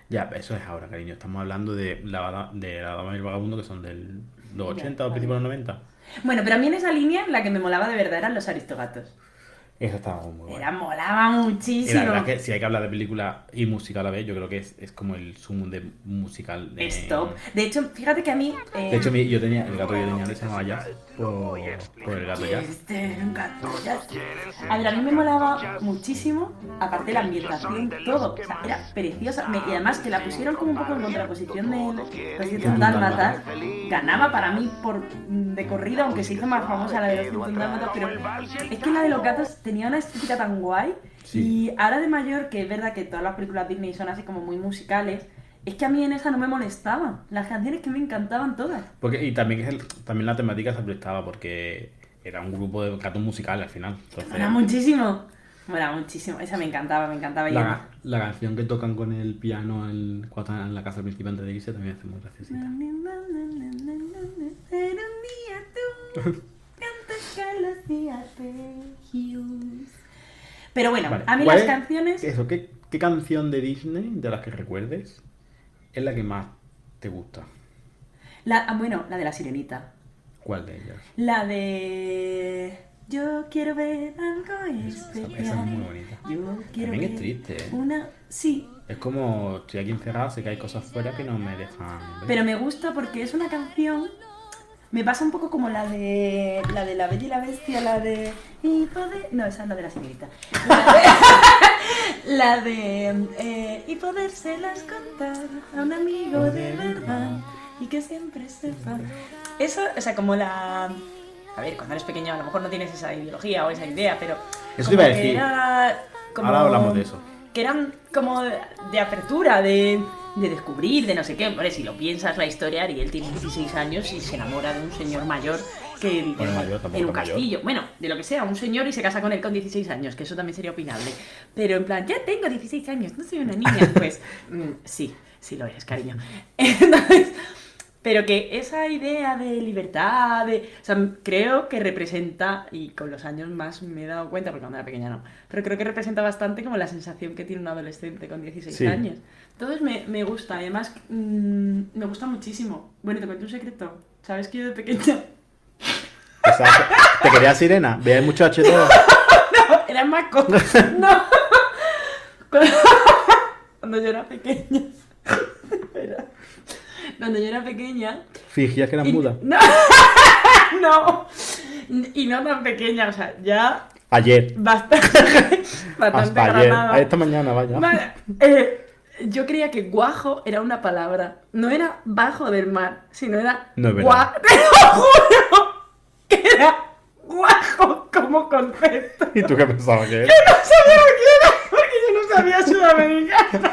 A: Ya, pero eso es ahora, cariño. Estamos hablando de la, de la dama y el vagabundo que son del, los 80 o principios de los 90.
B: Bueno, pero a mí en esa línea la que me molaba de verdad eran los aristogatos.
A: Eso estaba muy bueno.
B: Era molaba
A: Y la
B: muchísimo.
A: verdad que si hay que hablar de película y música a la vez, yo creo que es, es como el sumo de musical. De...
B: Stop. De hecho, fíjate que a mí. eh,
A: De hecho, mi- yo tenía el gato que yo tenía, le llamaba Jazz
B: Oh,
A: por, por el gato Jazz.
B: Este, un gato, ya. A ver, a mí me molaba muchísimo, aparte la ambientación, todo. O sea, era preciosa. Me- y además que la pusieron como un poco en contraposición de los 100 Dálmatas. Ganaba para mí por mm, de corrido, aunque se hizo más famosa la de los 100 Dálmatas. Pero es que la de los gatos tenía una estética tan guay.
A: Sí.
B: Y ahora de mayor, que es verdad que todas las películas Disney son así como muy musicales, es que a mí en esa no me molestaba. Las canciones que me encantaban todas.
A: Porque, y también, es el- también la temática se prestaba porque era un grupo de gatos musicales al final. Entonces,
B: Mola muchísimo. Mola muchísimo. Esa me encantaba, me encantaba. Y
A: la, la canción que tocan con el piano en, cuando están en la casa del principio antes de irse también es muy graciosita.
B: Mm. Era un día tú, cantas con los días regios. Pero bueno,
A: Vale,
B: a mí
A: ¿cuál
B: las
A: es-
B: canciones.
A: Eso, ¿qué, ¿Qué canción de Disney, de las que recuerdes, es la que más te gusta?
B: la- ah, bueno, la de la sirenita.
A: ¿Cuál de ellas?
B: La de. Yo quiero ver algo
A: Esa,
B: especial.
A: esa es muy bonita.
B: Yo
A: También
B: quiero
A: es
B: ver
A: triste, ¿eh?
B: Una. Sí,
A: Es como estoy aquí encerrado, sé que hay cosas fuera que no me dejan. ver.
B: Pero me gusta porque es una canción. Me pasa un poco como la de. La de la Bella y la Bestia, la de. Hipo de. No, esa es la de la señorita. La de. eh, y podérselas contar a un amigo de verdad. Y que siempre sepa. Eso, o sea, como la. A ver, cuando eres pequeño a lo mejor no tienes esa ideología o esa idea, pero.
A: Eso te
B: como
A: iba a
B: que
A: decir.
B: era como-
A: Ahora hablamos de eso.
B: que eran como de apertura, de, de descubrir, de no sé qué. Hombre, si lo piensas, la historia, Ariel tiene 16 años y se enamora de un señor mayor que vive
A: Bueno, mayor, tampoco
B: en un
A: tan mayor.
B: castillo. Bueno, de lo que sea, un señor y se casa con él con 16 años, que eso también sería opinable. Pero en plan, ya tengo 16 años, no soy una niña. Pues mm, sí, sí lo eres, cariño. Entonces... Pero que esa idea de libertad, de, o sea, creo que representa, y con los años más me he dado cuenta, porque cuando era pequeña no, pero creo que representa bastante como la sensación que tiene un adolescente con 16
A: Sí.
B: años. Entonces me, me gusta, y además mm, me gusta muchísimo. Bueno, te cuento un secreto. ¿Sabes que yo de pequeña
A: Exacto. Te quería sirena, ve al muchacho este. y todo.
B: ¡Oh! era maco? No. Cuando, cuando yo era pequeña. Espera. Cuando yo era pequeña,
A: Fingías que eras
B: Y-
A: muda.
B: No, no. Y no tan pequeña, o sea, ya
A: Ayer.
B: bastante, bastante
A: Hasta ayer.
B: granada.
A: Esta mañana, vaya.
B: Vale, eh, yo creía que guajo era una palabra. No era bajo del mar, sino era
A: No es
B: gua-
A: verdad.
B: ¡Te lo juro! que Era guajo como concepto.
A: ¿Y tú qué pensabas que era?
B: No sabía lo que era porque yo no sabía sudamericano.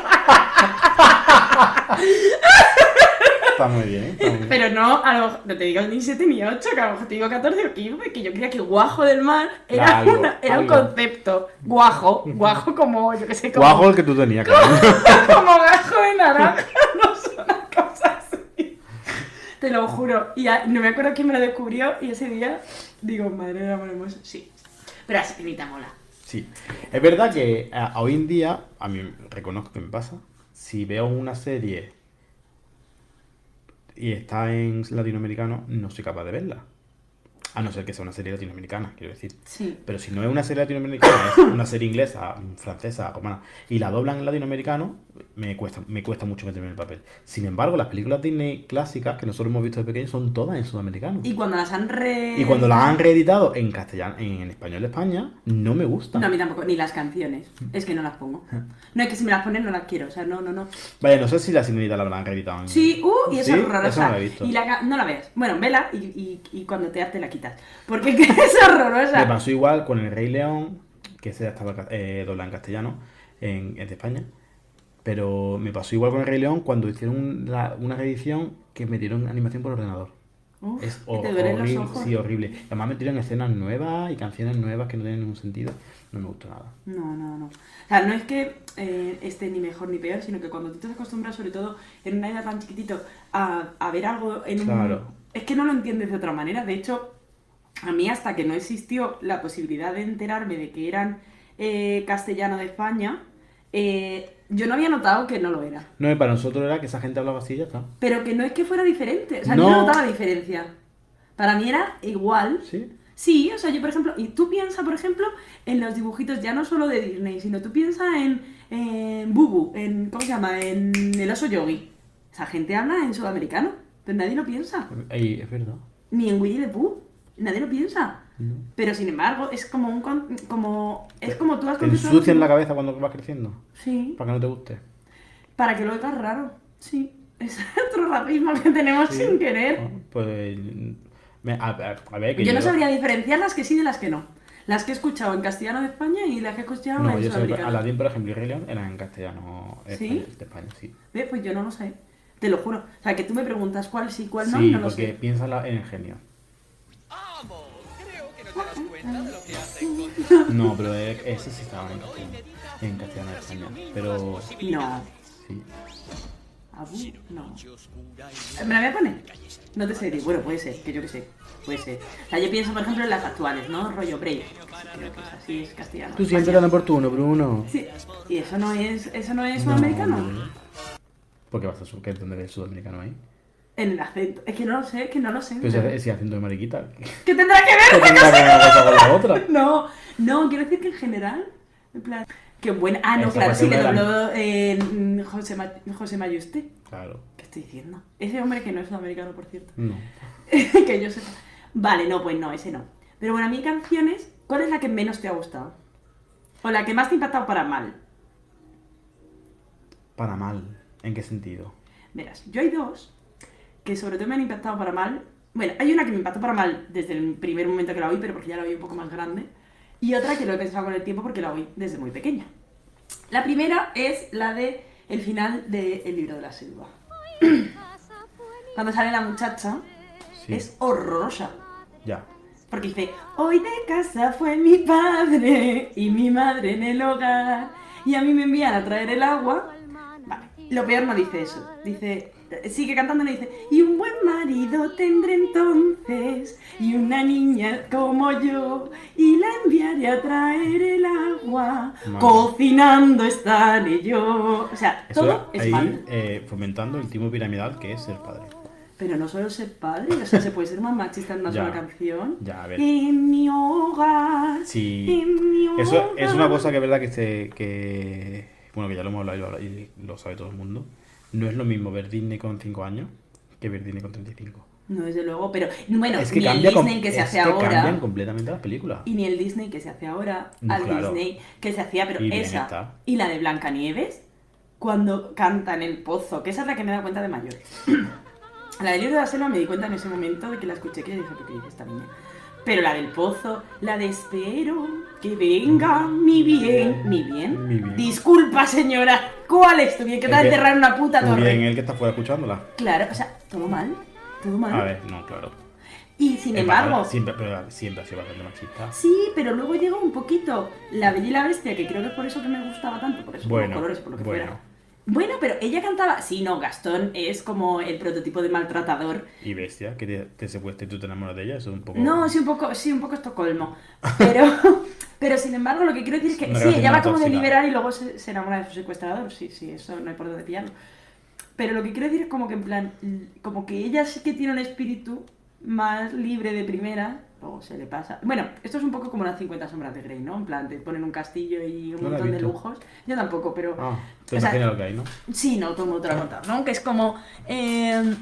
A: Está muy bien, está muy bien.
B: Pero no, a lo mejor, no te digo ni 7 ni 8, que a lo mejor te digo 14 o 15, que yo creía que guajo del mar era,
A: Era algo,
B: una- era un
A: algo.
B: concepto. Guajo, guajo como, yo qué sé, como,
A: Guajo el que tú tenías, cabrón.
B: como gajo de naranja, no es una cosa así. Te lo juro. Y a- no me acuerdo quién me lo descubrió y ese día digo, madre del amor hermoso, sí. Pero la sirenita mola.
A: Sí. Es verdad que a- hoy en día, a mí reconozco que me pasa, si veo una serie y está en latinoamericano, no soy capaz de verla. A no ser que sea una serie latinoamericana, quiero decir.
B: Sí.
A: Pero si no es una serie latinoamericana, es una serie inglesa, francesa, romana, y la doblan en latinoamericano, me cuesta, me cuesta mucho meterme en el papel. Sin embargo, las películas Disney clásicas que nosotros hemos visto de pequeños son todas en sudamericano.
B: Y cuando las han re...
A: Y cuando las han reeditado en castellano, en español de España, no me gustan.
B: No, a mí tampoco, ni las canciones. Es que no las pongo. No, es que si me las ponen no las quiero, o sea, no, no, no.
A: Vaya, no sé si la sirenita la habrán reeditado. en-
B: Sí, uh, y esa
A: Sí,
B: es horrorosa.
A: esa no la he visto.
B: Y la, ca- no la veas. Bueno, vela y, y- y cuando te te la quitas. Porque es horrorosa.
A: Me pasó igual con el Rey León, que se estaba ca- eh, doblada en castellano, en, en España. Pero me pasó igual con el Rey León cuando hicieron un- la- una reedición que metieron animación por ordenador.
B: Uf,
A: Es
B: que te duelen los
A: horrible,
B: ojos.
A: sí, horrible. Además me tiran escenas nuevas y canciones nuevas que no tienen ningún sentido. No me gustó nada.
B: No, no, no. O sea, no es que eh, esté ni mejor ni peor, sino que cuando tú te acostumbras, sobre todo en una edad tan chiquitito, a, a ver algo en un...
A: Claro.
B: Es que no lo entiendes de otra manera. De hecho, a mí hasta que no existió la posibilidad de enterarme de que eran eh, castellano de España, eh, yo no había notado que no lo era.
A: No, y para nosotros era que esa gente hablaba así y ya está.
B: Pero que no es que fuera diferente. O sea,
A: No.
B: yo no notaba diferencia. Para mí era igual.
A: Sí.
B: Sí, o sea, yo por ejemplo, y tú piensa, por ejemplo, en los dibujitos ya no solo de Disney, sino tú piensa en, en Bubu, en, ¿cómo se llama? En el oso yogi. Esa gente habla en sudamericano, pero nadie lo piensa.
A: Ahí, es verdad.
B: Ni en Winnie the Pooh, nadie lo piensa.
A: No.
B: Pero sin embargo, es como un... con- Como, es como tú has
A: Te
B: contestado-
A: ensucian la cabeza cuando vas creciendo.
B: Sí,
A: Para que no te guste.
B: para que lo oigas raro. Sí, es otro racismo que tenemos
A: Sí.
B: sin querer.
A: Ah, Pues. me- a, a- a ver, que
B: Yo no sabría diferenciar las que sí de las que no. Las que he escuchado en castellano de España y las que he escuchado
A: No,
B: en
A: yo sé que
B: sudamericano.
A: Aladdin, por ejemplo, y Rey León eran en castellano eh,
B: ¿Sí?
A: español, de España, sí.
B: Ve, Pues yo no lo sé. Te lo juro. O sea, que tú me preguntas cuál sí, cuál Pues no,
A: sí,
B: no lo
A: porque
B: sé.
A: piensa la- en el genio. No, pero eh, ese sí estaba en castellano. En castellano de España. Pero.
B: No.
A: Sí.
B: Abu, no. Eh, ¿Me la voy a poner? No te sé decir. Bueno, puede ser, que yo qué sé. Puede ser. O sea, yo pienso, por ejemplo, en las actuales, ¿no? Rollo Brave. Creo que es así, es castellano.
A: Tú siempre tan oportuno, Bruno.
B: Sí. Y eso no es, eso no es
A: No,
B: sudamericano.
A: no. Porque vas a sur, que es donde ve el sudamericano ahí.
B: En el acento. Es que no lo sé, es que no lo sé.
A: Pero si hace- si haciendo de mariquita.
B: ¿Qué tendrá que ver?
A: Pues ¿Qué tendrá que ver una cosa con la otra?
B: No, no, quiero decir que en general, en plan, qué buen. Ah, no,
A: Esa
B: claro, sí
A: parte
B: le
A: no era-
B: dobló eh, mm, José, Ma- José Mayuste.
A: Claro.
B: ¿Qué estoy diciendo? Ese hombre que no es sudamericano, por cierto.
A: No.
B: que yo sepa. Vale, no, pues no, ese no. Pero bueno, a mí canciones, ¿cuál es la que menos te ha gustado? O la que más te ha impactado para mal.
A: Para mal. ¿En qué sentido?
B: Verás, yo hay dos que sobre todo me han impactado para mal. Bueno, hay una que me impactó para mal desde el primer momento que la oí, pero porque ya la oí un poco más grande. Y otra que lo he pensado con el tiempo porque la oí desde muy pequeña. La primera es la de el final de El libro de la selva. Cuando sale la muchacha,
A: Sí.
B: es horrorosa.
A: Ya.
B: Porque dice, hoy de casa fue mi padre y mi madre en el hogar y a mí me envían a traer el agua. Vale, lo peor no dice eso. Dice, eh, sigue cantando y dice, y un buen marido tendré entonces y una niña como yo y la enviaré a traer el agua.
A: Madre.
B: Cocinando estaré yo. O sea, todo es
A: ahí
B: mal.
A: eh, fomentando el timo piramidal que es ser padre.
B: Pero no solo ser padre, o sea, se puede ser más machista en una
A: Ya.
B: sola canción.
A: Ya, a ver.
B: En mi hogar.
A: Sí.
B: En mi
A: Eso es una
B: hogar.
A: cosa que es verdad que se. que. Bueno, que ya lo hemos hablado y lo, habla- y lo sabe todo el mundo. No es lo mismo ver Disney con 5 años que ver Disney con 35.
B: No, desde luego, pero bueno,
A: es que
B: ni el
A: cambia com-
B: Disney que se
A: es
B: hace
A: que
B: ahora.
A: cambian completamente las películas.
B: Y ni el Disney que se hace ahora.
A: No,
B: al
A: claro.
B: Disney que se hacía, pero
A: Y bien
B: esa.
A: está.
B: Y la de Blancanieves, cuando canta en el pozo, que esa es la que me he dado cuenta de mayor. la del libro de la selva me di cuenta en ese momento de que la escuché, que dije, ¿pero qué dice esta niña? Pero la del pozo, la de espero que venga mi bien, mi bien.
A: Mm, Mi bien.
B: Disculpa, señora, ¿cuál es tu bien? Que te va a
A: El que-
B: enterrar en una puta
A: Muy
B: torre.
A: bien, el que está fuera escuchándola.
B: Claro, o sea, todo mal, todo mal.
A: A ver, no, claro.
B: Y sin
A: Eh,
B: embargo,
A: para- Siempre, pero siempre ha sido bastante machista.
B: sí, pero luego llegó un poquito La Bella y la Bestia, que creo que es por eso que me gustaba tanto, por eso, por
A: Bueno,
B: los colores, por lo que
A: bueno.
B: fuera. Bueno, pero ella cantaba, sí, no, Gastón es como el prototipo de maltratador.
A: Y bestia, que te, te secuestra y tú te enamoras de ella, eso es un poco.
B: No, sí, un poco, sí, un poco Estocolmo. Pero, pero sin embargo, lo que quiero decir es que
A: Una
B: sí,
A: relación
B: ella va
A: más
B: como de
A: tóxica.
B: liberal y luego se, se enamora de su secuestrador. Sí, sí, eso no hay por dónde pillarlo. Pero lo que quiero decir es como que en plan, mm, como que ella sí que tiene un espíritu más libre de primera, luego se le pasa. Bueno, esto es un poco como las 50 sombras de Grey, ¿no? En plan, te ponen un castillo y un
A: No la he
B: montón de
A: visto.
B: lujos. Yo tampoco, pero...
A: Ah, te
B: O sea,
A: imaginas lo que hay, ¿no?
B: Sí, no, todo el mundo te lo ha contado, ¿no? Que es como... eh,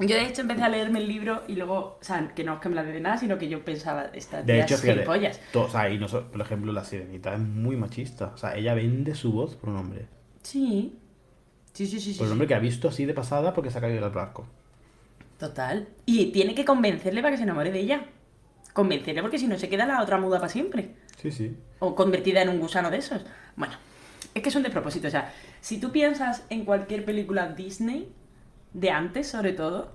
B: yo de hecho empecé a leerme el libro y luego, o sea, que no es que me la de nada, sino que yo pensaba, esta
A: De
B: tía
A: hecho,
B: es
A: fíjate,
B: gilipollas.
A: to- o sea, y noso- por ejemplo, la sirenita es muy machista. O sea, ella vende su voz por un hombre.
B: Sí. Sí, sí, sí,
A: Por
B: sí.
A: un Pues hombre que ha visto así de pasada porque se ha caído del barco.
B: Total. Y tiene que convencerle para que se enamore de ella. Convencerle porque si no se queda la otra muda para siempre.
A: Sí, sí.
B: O convertida en un gusano de esos. Bueno, es que son despropósitos. O sea, si tú piensas en cualquier película Disney, de antes sobre todo,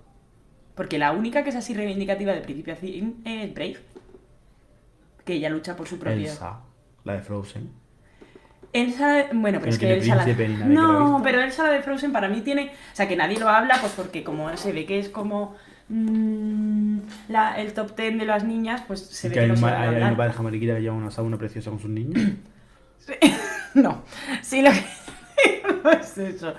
B: Porque la única que es así reivindicativa de principio a fin es Brave. Que ella lucha por su propio.
A: Elsa, la de Frozen.
B: Elsa, bueno, pero
A: Pero
B: es que
A: tiene
B: Elsa la...
A: príncipe ni nadie que lo ha
B: No,
A: visto.
B: pero Elsa la de Frozen para mí tiene, o sea, que nadie lo habla pues porque como se ve que es como mm, la- el top ten de las niñas, pues se ve
A: Que
B: que,
A: hay,
B: no
A: un,
B: se
A: ma-
B: habla
A: hay- hay
B: hablar.
A: una pareja mariquita que lleva una sauna preciosa con sus niños.
B: No, sí, lo que no es eso.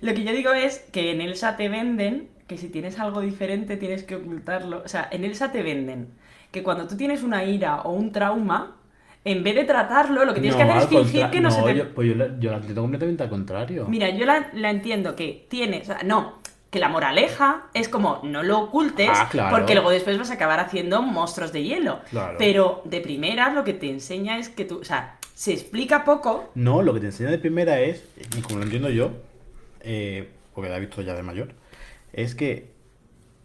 B: Lo que yo digo es que en Elsa te venden que si tienes algo diferente tienes que ocultarlo. O sea, en Elsa te venden que cuando tú tienes una ira o un trauma, en vez de tratarlo, lo que tienes que hacer
A: al
B: es fingir
A: contra-
B: que no, se te...
A: yo- pues yo la, yo la entiendo completamente al contrario.
B: Mira, yo la, la entiendo que tienes, o sea, no, que la moraleja es como no lo ocultes,
A: Ah, claro.
B: porque luego después vas a acabar haciendo monstruos de hielo.
A: Claro.
B: Pero de primeras lo que te enseña es que tú, o sea, se explica poco.
A: No, lo que te enseña de primera es, y como lo entiendo yo, eh, porque la he visto ya de mayor, es que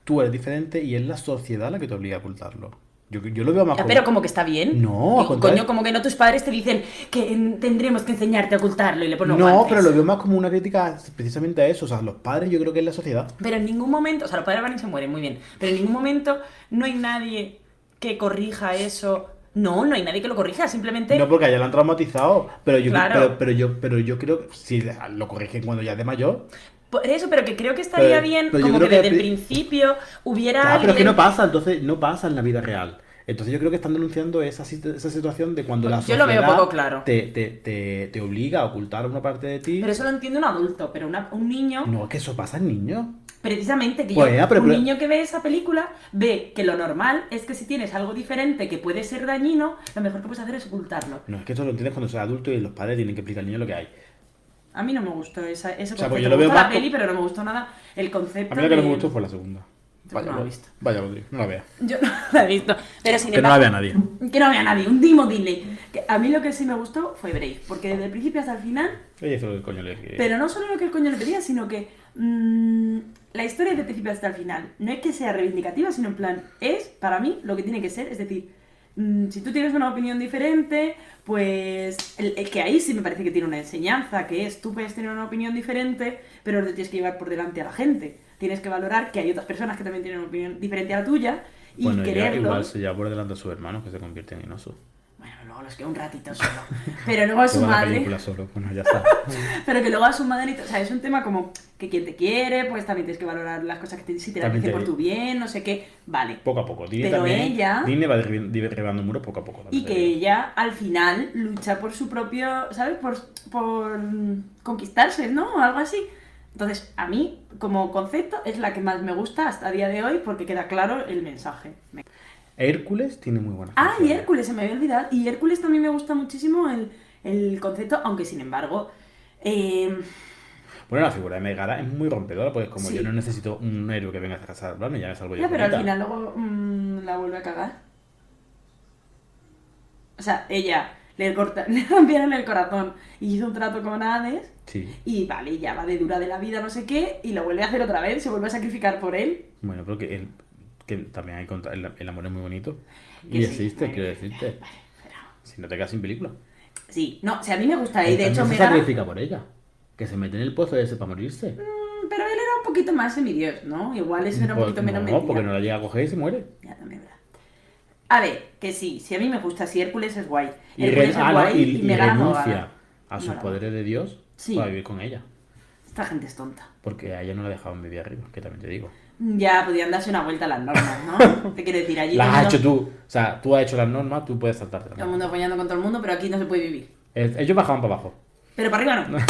A: tú eres diferente y es la sociedad la que te obliga a ocultarlo. Yo, yo lo veo más
B: Ya,
A: como-
B: pero como que está bien.
A: Ah, No, al
B: Digo,
A: contrario.
B: coño, como que no tus padres te dicen que en- tendremos que enseñarte a ocultarlo y le ponen
A: No,
B: guantes.
A: pero lo veo más como una crítica precisamente a eso. O sea, los padres yo creo que es la sociedad.
B: Pero en ningún momento, o sea, los padres van y se mueren, muy bien. Pero en ningún momento no hay nadie que corrija eso. No, no hay nadie que lo corrija, simplemente.
A: No porque hayan traumatizado, pero yo,
B: Claro.
A: pero, pero yo, pero yo creo, si lo corrigen cuando ya es de mayor,
B: Por eso, pero que creo que estaría
A: Pero-
B: bien,
A: pero yo
B: como que
A: creo que
B: desde el
A: pri-
B: principio hubiera
A: Ah, pero es que
B: alguien-
A: no pasa, entonces no pasa en la vida real. Entonces yo creo que están denunciando esa, sit- esa situación de cuando la
B: Yo lo
A: sociedad
B: veo poco claro.
A: te, te, te, te obliga a ocultar una parte de ti.
B: Pero eso lo entiende un adulto, pero una- un niño,
A: No, es que eso pasa en niños.
B: precisamente, que
A: Pues
B: yo-
A: ya, pero-
B: un
A: pero-
B: niño que ve esa película ve que lo normal es que si tienes algo diferente que puede ser dañino, lo mejor que puedes hacer es ocultarlo.
A: No, es que eso lo entiendes cuando seas adulto y los padres tienen que explicar al niño lo que hay.
B: A mí no me gustó esa, ese
A: O sea,
B: concepto.
A: pues yo
B: me
A: lo veo
B: gustó la
A: más co-
B: peli, pero no me gustó nada el concepto.
A: A mí lo que no
B: de-
A: me gustó fue la segunda.
B: Yo no la he
A: Rod-
B: visto.
A: Vaya, Rodrigo, no la vea.
B: Yo no la he visto. Pero sin
A: Que no la
B: embargo-
A: vea nadie.
B: Que no vea nadie. Un dimo dile. Que a mí lo que sí me gustó fue Brave, porque desde el principio hasta el final
A: Oye, eso es lo que coño le
B: Pero no solo lo que el coño le pedía, sino que mm, la historia de principio hasta el final no es que sea reivindicativa, sino en plan, es para mí lo que tiene que ser. Es decir, mm, si tú tienes una opinión diferente, pues el, el que ahí sí me parece que tiene una enseñanza, que es tú puedes tener una opinión diferente, pero no te tienes que llevar por delante a la gente. Tienes que valorar que hay otras personas que también tienen una opinión diferente a la tuya y
A: Bueno, ella
B: quererlos.
A: igual se lleva por delante a sus hermanos que se convierten en osos.
B: Bueno, luego los queda un ratito solo. Pero luego a su
A: Toda la
B: madre.
A: película solo, bueno, ya está.
B: Pero que luego a su madre, o sea, es un tema como que quien te quiere, pues también tienes que valorar las cosas que te, si te las
A: También
B: dice
A: te
B: por
A: digo.
B: tu bien, no sé qué, vale.
A: Poco a poco. Disney
B: Pero
A: también,
B: ella-
A: Disney va derri- derribando muros poco a poco.
B: Y
A: también te
B: que
A: digo.
B: ella al final lucha por su propio, ¿sabes? Por, por conquistarse, ¿no? O algo así. Entonces, a mí, como concepto, es la que más me gusta hasta a día de hoy porque queda claro el mensaje. Me-
A: Hércules tiene muy buena
B: Ah, y Hércules, se me había olvidado. Y Hércules también me gusta muchísimo el, el concepto, aunque sin embargo... eh,
A: Bueno, la figura de Megara es muy rompedora, pues como
B: Sí.
A: yo no necesito un héroe que venga a salvarme, ya me salgo yo.
B: Ya, pero al
A: solita.
B: final luego mm, la vuelve a cagar. O sea, ella le, corta, le rompieron el corazón y hizo un trato con Hades.
A: Sí.
B: Y vale, ya va de dura de la vida, no sé qué, y lo vuelve a hacer otra vez, se vuelve a sacrificar por él.
A: Bueno, pero que, el, que también hay contra- el, el amor es muy bonito.
B: Que
A: Y
B: sí,
A: existe,
B: vale.
A: quiero decirte.
B: Pero,
A: Si no te quedas sin película.
B: sí, no, o sea, a mí me gusta, y
A: Él
B: de hecho
A: también
B: me
A: se sacrifica por ella. Que se mete en el pozo ese para morirse.
B: Pero él era un poquito más semidios, ¿no? Igual eso era Mm, un
A: Pues,
B: poquito menos
A: no,
B: mentira.
A: porque no la llega a coger y se muere.
B: Ya, también es verdad. A ver, que sí, si a mí me gusta, si Hércules es guay.
A: Y,
B: Hércules
A: re- ah,
B: es
A: no,
B: guay
A: y-
B: y,
A: y
B: me gana
A: renuncia a sus
B: Mola.
A: poderes de Dios
B: Sí.
A: para vivir con ella.
B: Esta gente es tonta.
A: Porque a ella no la dejaban vivir arriba, que también te digo.
B: Ya, podían darse una vuelta a las normas, ¿no? Te quiero decir, allí
A: Las
B: todo el
A: has hecho
B: mundo-
A: tú. O sea, tú has hecho las normas, tú puedes saltarte. las
B: todo el
A: normas.
B: mundo apoyando con todo el mundo, pero aquí no se puede vivir.
A: Eh, Ellos bajaban para abajo.
B: Pero para arriba no.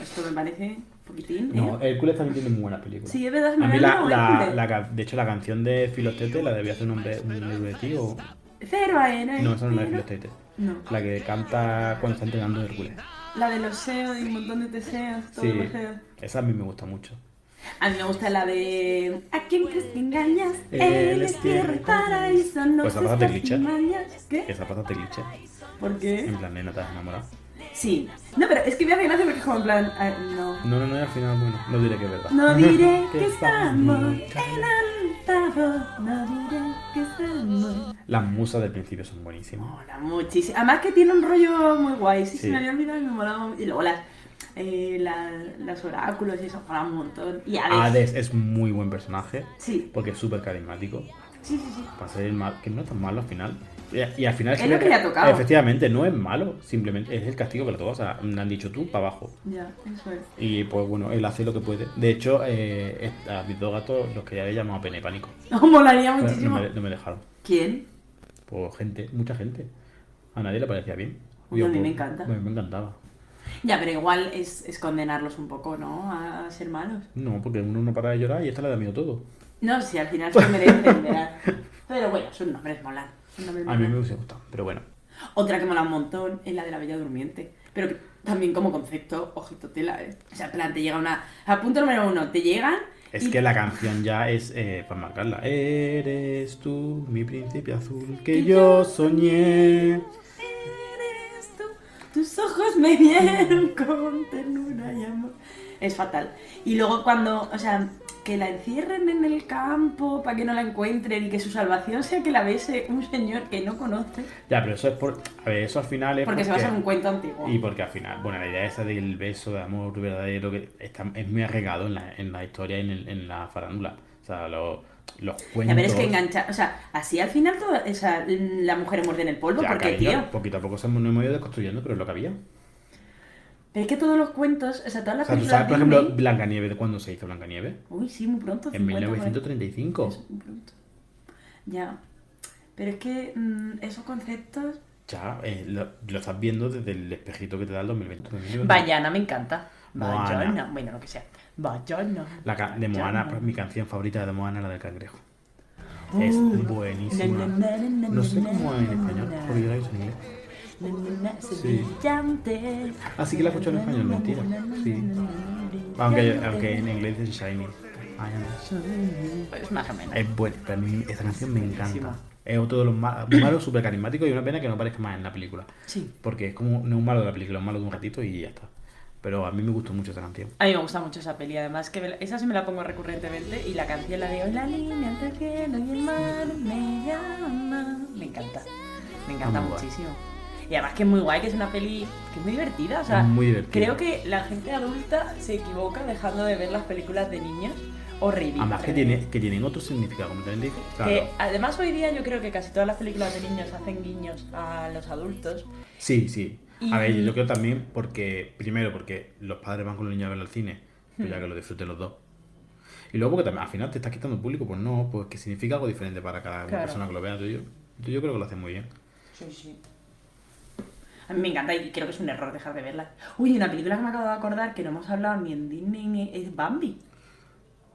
B: Esto me parece un poquitín. ¿eh?
A: No, Hércules también tiene muy buenas películas.
B: Sí, es verdad, me
A: A mí
B: la
A: la,
B: han dado
A: la,
B: Hércules.
A: la ca- de hecho la canción de Filostete la debía hacer un hombre, un héroe de ti o...
B: Cero aéreos.
A: eh, No, esa no es la de Filostete.
B: No.
A: La que canta cuando está entrenando Hércules.
B: La de los SEO y un montón de teseos, todo
A: Sí,
B: los SEO.
A: esa a mí me gusta mucho.
B: A mí me gusta la de. ¿A quién crees que engañas?
A: Él
B: Él
A: es
B: es tierra y
A: tierra.
B: paraíso, no
A: Pues
B: se
A: aparte de Glitcher.
B: ¿Qué?
A: Esa pata te cliché.
B: ¿Por
A: En
B: qué?
A: plan, nena, te has enamorado.
B: Sí. No, pero es que me hace gracia porque es como en plan. ah, no.
A: No, no, no, y al final, bueno, no diré que es verdad.
B: No diré
A: Que
B: que estamos
A: estamos
B: en altavoz, no diré que estamos.
A: Las musas del principio son buenísimas.
B: Mola muchísimo. Además que tiene un rollo muy guay, sí,
A: Sí.
B: se me había olvidado y me molaba. mu- Y luego las, eh, la- los oráculos y eso, mola un montón. Y Hades.
A: Hades es muy buen personaje.
B: Sí.
A: Porque es súper carismático.
B: Sí, sí, sí.
A: Para ser el mal, que no es tan malo al final. Y, y al final
B: Es lo que le ha tocado.
A: Efectivamente, no es malo. Simplemente es el castigo que le toca. O sea, me han dicho tú para abajo.
B: Ya, eso es.
A: Y pues bueno, él hace lo que puede. De hecho, eh, a mis dos gatos los quería haber llamado a Pene Pánico.
B: Molaría
A: Pero
B: muchísimo.
A: No me, no me dejaron.
B: ¿Quién?
A: Pues gente, mucha gente. A nadie le parecía bien.
B: Hombre, a mí
A: pues,
B: me encanta.
A: A mí me encantaba.
B: Ya, pero igual es, es condenarlos un poco, ¿no? A ser malos.
A: No, porque uno no para de llorar y esta le da miedo todo.
B: No, si al final se lo merecen, verás. Pero bueno, son nombres molan. Son nombres
A: A mí
B: molan.
A: me hubiese gustado, pero bueno.
B: Otra que mola un montón es la de la Bella Durmiente. Pero que también como concepto, ojito tela, ¿eh? O sea, en plan, te llega una... A punto número uno, te llegan...
A: Es
B: y-
A: que la canción ya es eh, para marcarla. Eres tú, mi príncipe azul, que
B: y
A: yo soñé.
B: Eres tú, tus ojos me vieron
A: Mm.
B: con ternura y amor. Es fatal. Y luego cuando, o sea, que la encierren en el campo para que no la encuentren y que su salvación sea que la bese un señor que no conoce.
A: Ya, pero eso es por. A ver, eso al final es.
B: Porque se basa en un cuento antiguo.
A: Eh, Y porque al final, bueno, la idea esa del beso de amor verdadero que está, es muy arraigado en la, en la historia y en, el- en la farándula. O sea, los, los
B: Ya,
A: cuentos.
B: pero es que engancha, o sea, así al final todo, o sea, la mujer muerde en el polvo,
A: Ya,
B: porque
A: cariño,
B: tío,
A: Poquito a poco se hemos nos hemos ido desconstruyendo, pero es lo que había.
B: pero es que todos los cuentos, o sea, todas
A: O
B: las
A: sea, tú
B: películas
A: sabes, por
B: Disney-
A: ejemplo, Blancanieves, ¿de cuándo se hizo Blancanieves?
B: Uy, sí, muy pronto,
A: En
B: 50, por ahí.
A: 1935.
B: Eso, muy pronto. Ya. Pero es que mm, esos conceptos.
A: Ya, eh, lo, lo estás viendo desde el espejito que te da el 2020. 2020.
B: Bayana me encanta.
A: Moana.
B: Bayana, bueno, lo que sea. Bayana.
A: La ca- de Moana, pues, mi canción favorita de Moana, la del cangrejo. Es
B: Uh.
A: buenísima.
B: Na, na, na, na,
A: No sé
B: na,
A: cómo es en
B: na,
A: español,
B: na.
A: porque yo la he visto en inglés. Sí.
B: Sí.
A: Así que la escucho en español, mentira. Sí. Aunque, aunque en inglés es Shiny. I am shiny.
B: Pues más o menos.
A: Es buena, pero a mí esta canción me encanta.
B: Buenísima.
A: Es otro de los ma- malos súper carismáticos y una pena que no aparezca más en la película.
B: Sí.
A: Porque es como no es un malo de la película, es un malo de un ratito y ya está. Pero a mí me gustó mucho esta canción.
B: A mí me gusta mucho esa peli, además, que me la- esa sí me la pongo recurrentemente y la canción la de Hoy la línea entre el cielo y el mar me llama. Me encanta, me encanta
A: Ah, muy guay.
B: muchísimo. Y además que es muy guay, que es una peli que es muy divertida, o sea,
A: Es muy divertida.
B: creo que la gente adulta se equivoca dejando de ver las películas de niños o revivirlas.
A: Además que, tiene, que tienen otro significado completamente diferente.
B: Que además hoy día yo creo que casi todas las películas de niños hacen guiños a los adultos.
A: Sí, sí.
B: Y-
A: A ver, yo creo también porque, primero, porque los padres van con los niños a verlo al cine, pues
B: Hmm.
A: ya que lo disfruten los dos. Y luego porque también al final te estás quitando público, pues no, pues que significa algo diferente para cada
B: Claro.
A: persona que lo vea. Yo, yo, yo creo que lo hacen muy bien.
B: Sí, sí. A mí me encanta y creo que es un error dejar de verla. Uy, una película que me acabo de acordar que no hemos hablado ni en Disney ni es Bambi,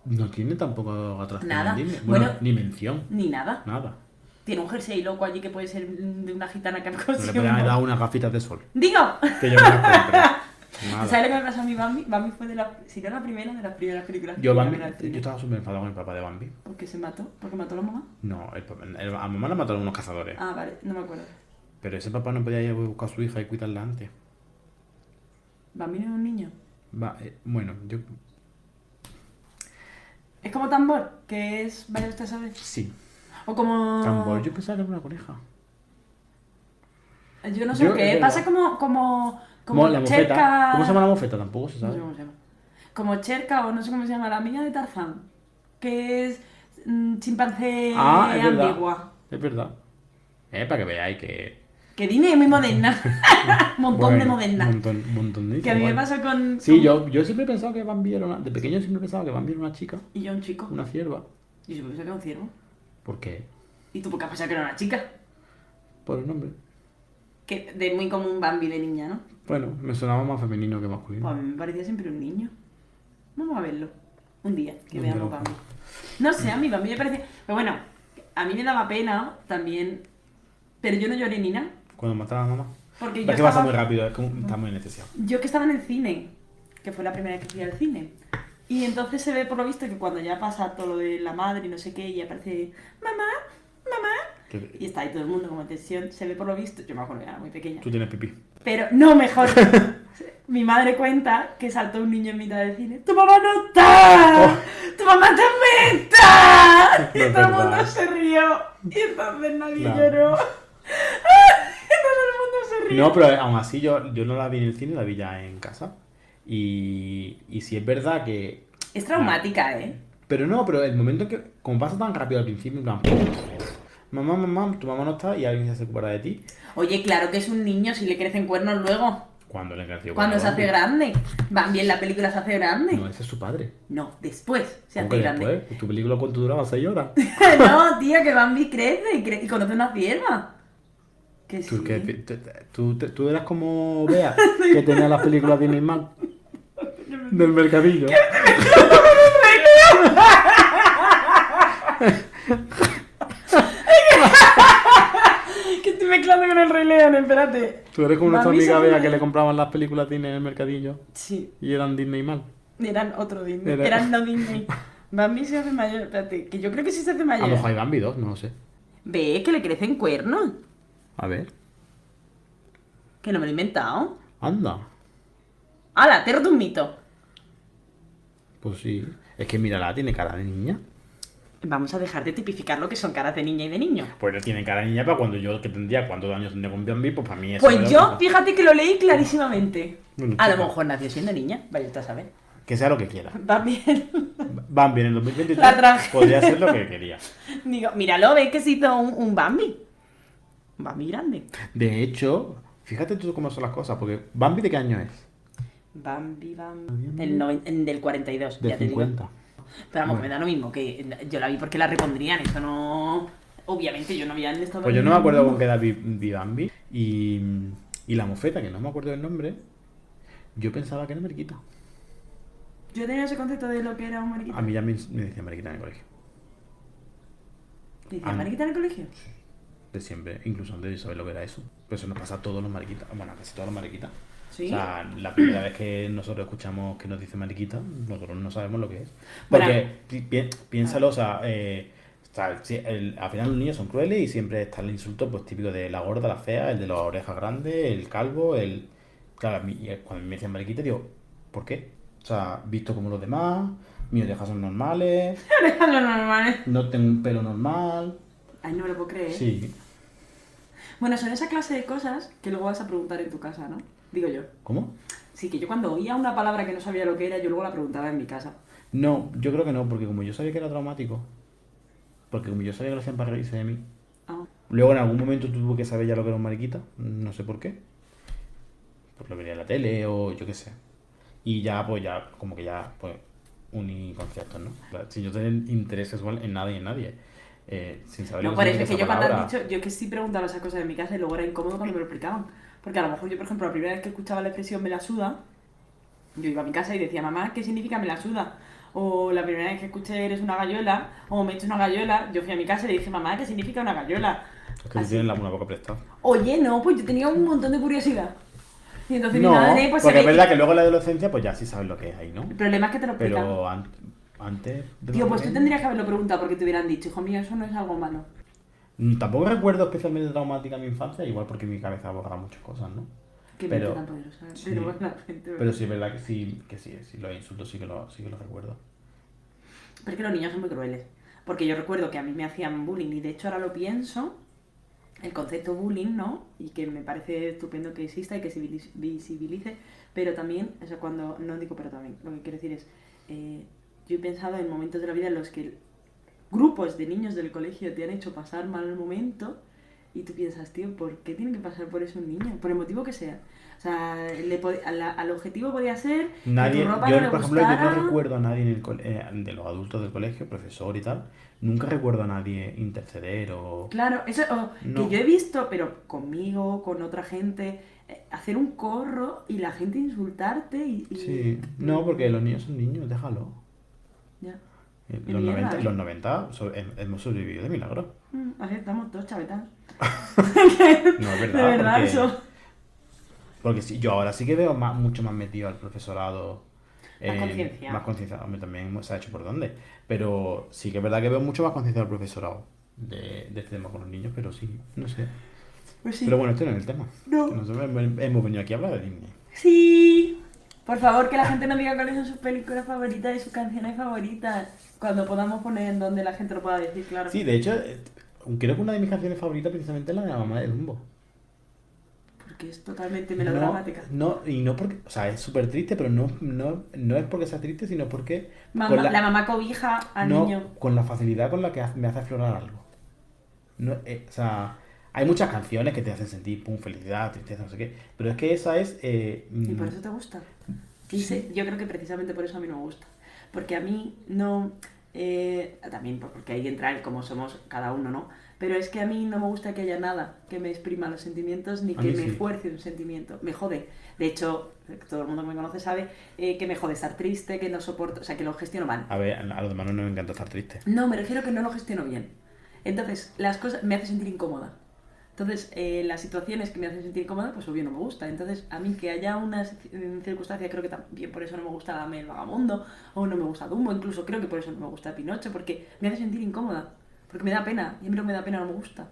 A: No tiene tampoco atracción
B: Nada.
A: en Disney. Bueno,
B: Bueno-
A: ni mención,
B: ni nada.
A: nada.
B: Tiene un jersey loco allí que puede ser de una gitana Pues que
A: No le
B: consigue.
A: podrían haber dado unas gafitas de sol,
B: Digo,
A: que yo me las compré. Nada.
B: ¿sabes lo que me pasó a mí Bambi? Bambi fue de la, si no la primera, de las primeras películas. que
A: Yo,
B: fui a
A: Bambi,
B: ver al
A: yo
B: cine.
A: estaba súper enfadado con el papá de Bambi.
B: Porque se mató, porque mató a la mamá.
A: No, el, papá- el- a mamá la mataron unos cazadores.
B: Ah, vale, no me acuerdo.
A: Pero ese papá no podía ir a buscar a su hija y cuidarla antes.
B: Bambi no es un niño.
A: Va, eh, bueno, yo
B: Es como tambor, que es, vaya usted sabe.
A: sí.
B: O como...
A: Tambor, yo pensaba que era una coneja.
B: Yo no sé
A: Yo-
B: lo que
A: es
B: es. Pasa
A: verdad.
B: como, como, como,
A: Como la mofeta.
B: Cherka-
A: ¿Cómo se llama la mofeta? Tampoco se
B: No sé
A: sabe.
B: cómo se llama. Como Cherka o no sé cómo se llama, la amiga de Tarzán. Que es mm, chimpancé
A: Ah, es verdad.
B: ambigua.
A: Es verdad. Eh, para que veáis que.
B: Que Dine es muy moderna. montón de
A: Bueno,
B: moderna.
A: Montón, montón de
B: Que a mí me
A: igual.
B: pasó con.
A: Sí,
B: con-
A: yo, yo siempre he pensado que Bambi era una. De pequeño siempre he pensado que Bambi era una chica,
B: Y yo un chico.
A: una cierva.
B: Y yo pensé que era un ciervo.
A: ¿Por qué?
B: ¿Y tú por qué has pensado que era una chica?
A: Por el nombre.
B: Que de muy común Bambi de niña, ¿no?
A: Bueno, me sonaba más femenino que masculino.
B: Pues a mí me parecía siempre un niño. Vamos a verlo. Un día, que
A: Un
B: veamos
A: día.
B: Bambi. No sé, a mí Bambi me parecía. Pero bueno, a mí me daba pena también. Pero yo no lloré ni nada.
A: Cuando mataba a mamá.
B: Porque
A: Es
B: yo
A: que pasa
B: estaba-
A: muy rápido, es como está muy anestesiado.
B: Yo que estaba en el cine, que fue la primera vez que fui al cine. Y entonces se ve por lo visto que cuando ya pasa todo lo de la madre y no sé qué, y aparece mamá, mamá.
A: Que-
B: Y está ahí todo el mundo como en tensión. Se ve por lo visto, yo me acuerdo que era muy pequeña.
A: Tú tienes pipí.
B: Pero no mejor. Mi madre cuenta que saltó un niño en mitad del cine. ¡Tu mamá no está! ¡Tu mamá también está!
A: No
B: Y
A: es
B: todo el
A: verdad.
B: mundo se rió. Y entonces nadie
A: Claro.
B: lloró. Y todo el mundo se rió.
A: No, pero aún así yo, yo no la vi en el cine, la vi ya en casa. Y, y si es verdad que...
B: Es traumática, ¿eh?
A: Pero no, pero el momento en que... Como pasa tan rápido al principio, en plan... Mamá, mamá, tu mamá no está y alguien se ocupará de ti.
B: Oye, claro que es un niño si le crecen cuernos luego.
A: Cuando le creció
B: Cuando se hace grande. Van bien, la película se hace
A: No,
B: grande.
A: ese es su padre.
B: No, después se
A: ¿Cómo
B: hace
A: que
B: grande.
A: después? ¿Tu película cuánto duraba? ¿Seis horas?
B: no, tío, que Bambi crece y, cre- y conoce unas hierbas. Que sí.
A: ¿Tú, que- te- te- tú, te- tú eras como Bea, que tenía las películas de Neymar. Del mercadillo.
B: Que estoy mezclando con el Rey León, espérate.
A: Tú eres como nuestra
B: Mami,
A: amiga
B: ¿sabes?
A: Bea que le compraban las películas Disney en el mercadillo
B: Sí,
A: y eran Disney mal.
B: eran otro Disney.
A: Era-
B: Eran no Disney. Bambi se hace mayor, espérate, que yo creo que sí se hace
A: A lo
B: mayor.
A: mejor hay Bambi 2, no lo sé.
B: Ve que le crecen cuernos.
A: A ver.
B: Que no me lo he inventado.
A: Anda.
B: ¡Hala! Te he roto un mito.
A: Pues sí. Es que mírala, tiene cara de niña.
B: Vamos a dejar de tipificar lo que son caras de niña y de niño.
A: Pues no tiene cara de niña, pero cuando yo que tendría cuántos años tendría con Bambi, pues para mí eso
B: Pues
A: era
B: yo,
A: una-
B: fíjate que lo leí clarísimamente.
A: Bueno,
B: A lo
A: chica.
B: mejor nació siendo niña, vaya usted a saber.
A: Que sea lo que quiera.
B: También.
A: Bambi en el 2023
B: La traje.
A: podría ser lo que quería.
B: Digo, míralo, ves que se hizo un, un Bambi. Un Bambi grande.
A: De hecho, fíjate tú cómo son las cosas, porque Bambi de qué año es?
B: Bambi, Bambi. Del, noven- en- del 42,
A: De
B: ya te digo.
A: 50.
B: Pero vamos,
A: Bueno.
B: me da lo mismo, que yo la vi porque la repondrían, esto no... Obviamente yo no había en esto...
A: Pues yo no me acuerdo con qué edad vi, vi Bambi. Y, y la mofeta, que no me acuerdo del nombre, yo pensaba que era Mariquita.
B: Yo tenía ese concepto de lo que era un
A: A
B: mariquita.
A: mí ya me, me decía Mariquita en el colegio,
B: ¿Te decía
A: a mí-
B: mariquita en el colegio?
A: de siempre, incluso antes de saber lo que era eso. Pero eso nos pasa a todos los mariquitas, bueno, a casi todos los mariquitas.
B: Sí.
A: O sea, la primera vez que nosotros escuchamos que nos dice mariquita, nosotros no sabemos lo que es.
B: Bueno.
A: Porque pi- pi- piénsalo, o sea, eh, o sea, si- el- al final los niños son crueles y siempre está el insulto pues típico de la gorda, la fea, el de las orejas grandes, el calvo, el... Claro, a mí- y cuando me dicen mariquita digo, ¿por qué? O sea, visto como los demás, mis orejas son normales,
B: lo normal. ¿eh?
A: no tengo un pelo normal.
B: Ay, no me lo puedo creer.
A: Sí.
B: Bueno, son esa clase de cosas que luego vas a preguntar en tu casa, ¿no? Digo yo.
A: ¿Cómo?
B: Sí, que yo cuando oía una palabra que no sabía lo que era, yo luego la preguntaba en mi casa.
A: No, yo creo que no, porque como yo sabía que era traumático, porque como yo sabía que lo hacían para reírse de mí,
B: Ah.
A: Luego en algún momento tuve que saber ya lo que era un mariquita, no sé por qué. Pues lo vería en la tele o yo qué sé. Y ya, pues ya, como que ya, pues, uní conceptos, ¿no? Claro, Sin yo tener interés sexual en nada y en nadie. eh, sin saber
B: No,
A: lo
B: por eso
A: significa
B: es que
A: esa
B: yo cuando
A: palabra.
B: has dicho, yo que sí preguntaba esas cosas en mi casa y luego era incómodo cuando me lo explicaban. Porque a lo mejor yo, por ejemplo, la primera vez que escuchaba la expresión me la suda, yo iba a mi casa y decía, mamá, ¿qué significa me la suda? O la primera vez que escuché eres una gallola, o me he hecho una gallola, yo fui a mi casa y le dije, mamá, ¿qué significa una gallola?
A: Es que tú
B: Así.
A: tienes la una boca prestada.
B: Oye, no, pues yo tenía un montón de curiosidad. Y entonces
A: No,
B: mi madre, pues se
A: porque es
B: ve-
A: verdad que luego en la adolescencia, pues ya sí sabes lo que es ahí, ¿no?
B: El problema es que te lo explican.
A: Pero an- antes... de
B: Tío,
A: lo
B: pues
A: que
B: tú
A: es-
B: tendrías que haberlo preguntado porque te hubieran dicho, hijo mío, eso no es algo malo.
A: Mm, Tampoco recuerdo especialmente traumática mi infancia, igual porque mi cabeza borra muchas cosas, ¿no?
B: Qué
A: Pero-
B: mente tan poderosa.
A: sí.
B: Pero bueno, la gente,
A: Pero sí es verdad que sí, que sí, sí los insultos sí que los sí que los recuerdo.
B: Pero es que los niños son muy crueles. Porque yo recuerdo que a mí me hacían bullying y de hecho ahora lo pienso, el concepto bullying, ¿no? Y que me parece estupendo que exista y que se vili- visibilice, pero también, o sea, cuando, no digo pero también, lo que quiero decir es, eh, yo he pensado en momentos de la vida en los que grupos de niños del colegio te han hecho pasar mal momento y tú piensas, tío, ¿por qué tiene que pasar por eso un niño? Por el motivo que sea. O sea, le pod- a la- al objetivo podía ser... que tu
A: Nadie, yo,
B: ropa
A: por
B: no le
A: ejemplo, yo no
B: gustara.
A: recuerdo a nadie en el cole- eh, de los adultos del colegio, profesor y tal, nunca recuerdo a nadie interceder o...
B: Claro, eso o
A: No.
B: que yo he visto, pero conmigo, con otra gente, eh, hacer un corro y la gente insultarte y... y-
A: Sí, no, porque los niños son niños, déjalo.
B: Ya.
A: Eh,
B: Qué
A: Los
B: mierda,
A: 90,
B: eh.
A: los 90 so- hem- hemos sobrevivido de milagro.
B: Mm, así estamos todos chavetados.
A: No, es
B: De
A: verdad.
B: verdad,
A: porque,
B: eso.
A: Porque sí, yo ahora sí que veo más- mucho más metido al profesorado.
B: Más
A: eh,
B: conciencia.
A: Más conciencia. Hombre, también se ha hecho por dónde. Pero sí que es verdad que veo mucho más conciencia al profesorado de, de este tema con los niños, pero sí, no sé.
B: Pues sí.
A: Pero bueno, este no es el tema.
B: No.
A: Nosotros hem- hemos venido aquí a hablar de Disney.
B: Sí. Por favor, que la gente nos diga cuáles son sus películas favoritas y sus canciones favoritas. Cuando podamos poner en donde la gente lo pueda decir, claro.
A: Sí, de hecho, eh, creo que una de mis canciones favoritas precisamente es la de la mamá de Dumbo.
B: ¿Por porque es totalmente
A: No,
B: melodramática.
A: no, y no porque, o sea, es súper triste, pero no, no, no es porque sea triste, sino porque
B: Mamá-
A: con
B: la...
A: la-
B: mamá cobija al
A: no,
B: niño.
A: con la facilidad con la que hace- me hace aflorar algo. No, eh, o sea, hay muchas canciones que te hacen sentir pum, felicidad, tristeza, no sé qué, pero es que esa es eh,
B: ¿Y por
A: mm,
B: eso te gusta? Y sé- yo creo que precisamente por eso a mí no me gusta. Porque a mí no. eh, también por- porque ahí entra el cómo somos cada uno, ¿no? Pero es que a mí no me gusta que haya nada que me exprima los sentimientos ni
A: A
B: que
A: mí
B: me
A: sí.
B: fuerce un sentimiento. Me jode. De hecho, todo el mundo que me conoce sabe eh, que me jode estar triste, que no soporto, o sea, que lo gestiono mal.
A: A ver, a los demás no nos encanta estar triste.
B: No, me refiero que no lo gestiono bien. Entonces, las cosas me hace sentir incómoda. Entonces, eh, las situaciones que me hacen sentir incómoda, pues obvio no me gusta. Entonces, a mí que haya una ci- eh, circunstancia, creo que también por eso no me gusta Dame el Vagamundo, o no me gusta Dumbo, incluso creo que por eso no me gusta Pinocho, porque me hace sentir incómoda. Porque me da pena, y a mí lo que me da pena no me gusta.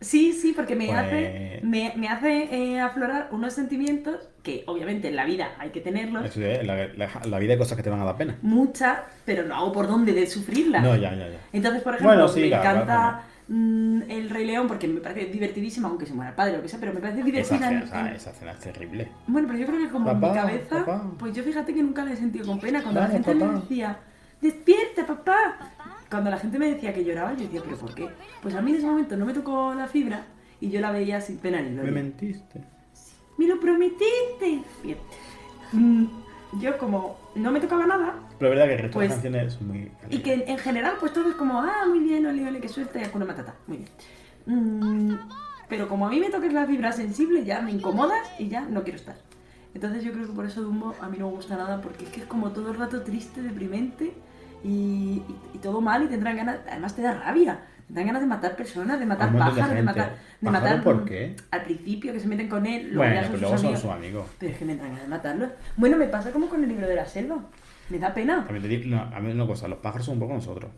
B: Sí, sí, porque me
A: Pues-
B: hace, me, me hace eh, aflorar unos sentimientos que obviamente en la vida hay que tenerlos,
A: Eso es, la, la- la vida hay cosas que te van a dar pena.
B: mucha, pero no hago por dónde de sufrirla.
A: No, ya, ya, ya.
B: Entonces, por ejemplo,
A: Bueno, sí,
B: me
A: la verdad,
B: encanta mm, el Rey León porque me parece divertidísima, aunque se muera el padre o lo que sea, pero me parece
A: Esa
B: divertida. en-
A: escena, o sea,
B: en-
A: esa escena es terrible.
B: Bueno, pero yo creo que como en mi
A: Papá,
B: cabeza,
A: papá.
B: pues yo fíjate que nunca la he sentido con pena. Cuando la
A: Vale,
B: gente me
A: papá.
B: decía, despierta, papá. Cuando la gente me decía que lloraba, yo decía, ¿pero por qué? Pues a mí en ese momento no me tocó la fibra y yo la veía sin pena ni
A: Me
B: gloria.
A: mentiste.
B: ¡Me lo prometiste! Bien. Mm, yo como no me tocaba nada,
A: Pero es verdad que el resto de
B: Pues-
A: las canciones son muy...
B: y que en, en general, pues todo es como, ah, muy bien, ole, ole, que suerte, Hakuna Matata. Muy bien. Mm, pero como a mí me toques la fibra sensible, ya me incomodas y ya no quiero estar. Entonces yo creo que por eso Dumbo a mí no me gusta nada, porque es que es como todo el rato triste, deprimente y, y- y todo mal y tendrán ganas, además te da rabia. Tendrán ganas de matar personas, de
A: Hay
B: matar
A: un montón de
B: pájaros, de,
A: gente.
B: matar... De
A: ¿Pájaro
B: matar
A: por qué?
B: Al principio que se meten con él, luego
A: Bueno,
B: ya son
A: pero
B: sus
A: luego son
B: amigos.
A: sus amigos.
B: Pero es que me entran ganas de matarlos. Bueno, me pasa como con el libro de la selva. Me da pena.
A: También te digo, no, a mí una cosa, los pájaros son un poco nosotros.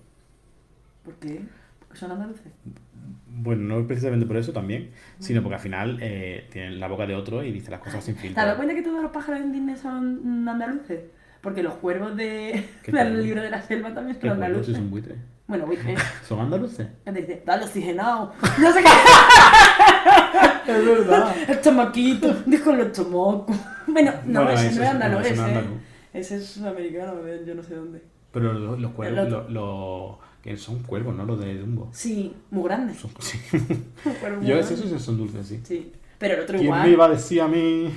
B: ¿Por qué? Porque son andaluces.
A: Bueno, no precisamente por eso también, sino porque al final eh, tienen la boca de otro y dicen las cosas sin
B: ¿Te has dado
A: filtro.
B: cuenta que todos los pájaros en Disney son mm, andaluces? Porque los cuervos de,
A: ¿Qué
B: del
A: tal?
B: libro de la selva también
A: Que pues,
B: son
A: bueno, si
B: andaluces.
A: son buitres.
B: Bueno, voy eh.
A: ¿Son andaluces?
B: Entonces dice, dale oxigenado. No sé qué.
A: Es verdad.
B: El chamaquito. Dijo los chamacos. Bueno, no,
A: Bueno,
B: ese
A: ese
B: no es
A: es- no,
B: andaluz, eh.
A: ese no es
B: ese.
A: andaluz.
B: Ese es americano, de yo no sé dónde.
A: Pero los, los
B: El
A: cuervos,
B: otro.
A: los, los- que son cuervos, ¿no? Los de Dumbo.
B: Sí, muy grande.
A: Son- sí.
B: Un cuervo muy
A: Yo sé
B: grande.
A: esos sí son dulces, sí.
B: Sí. Pero el otro
A: ¿Quién
B: igual.
A: me iba a decir a mí?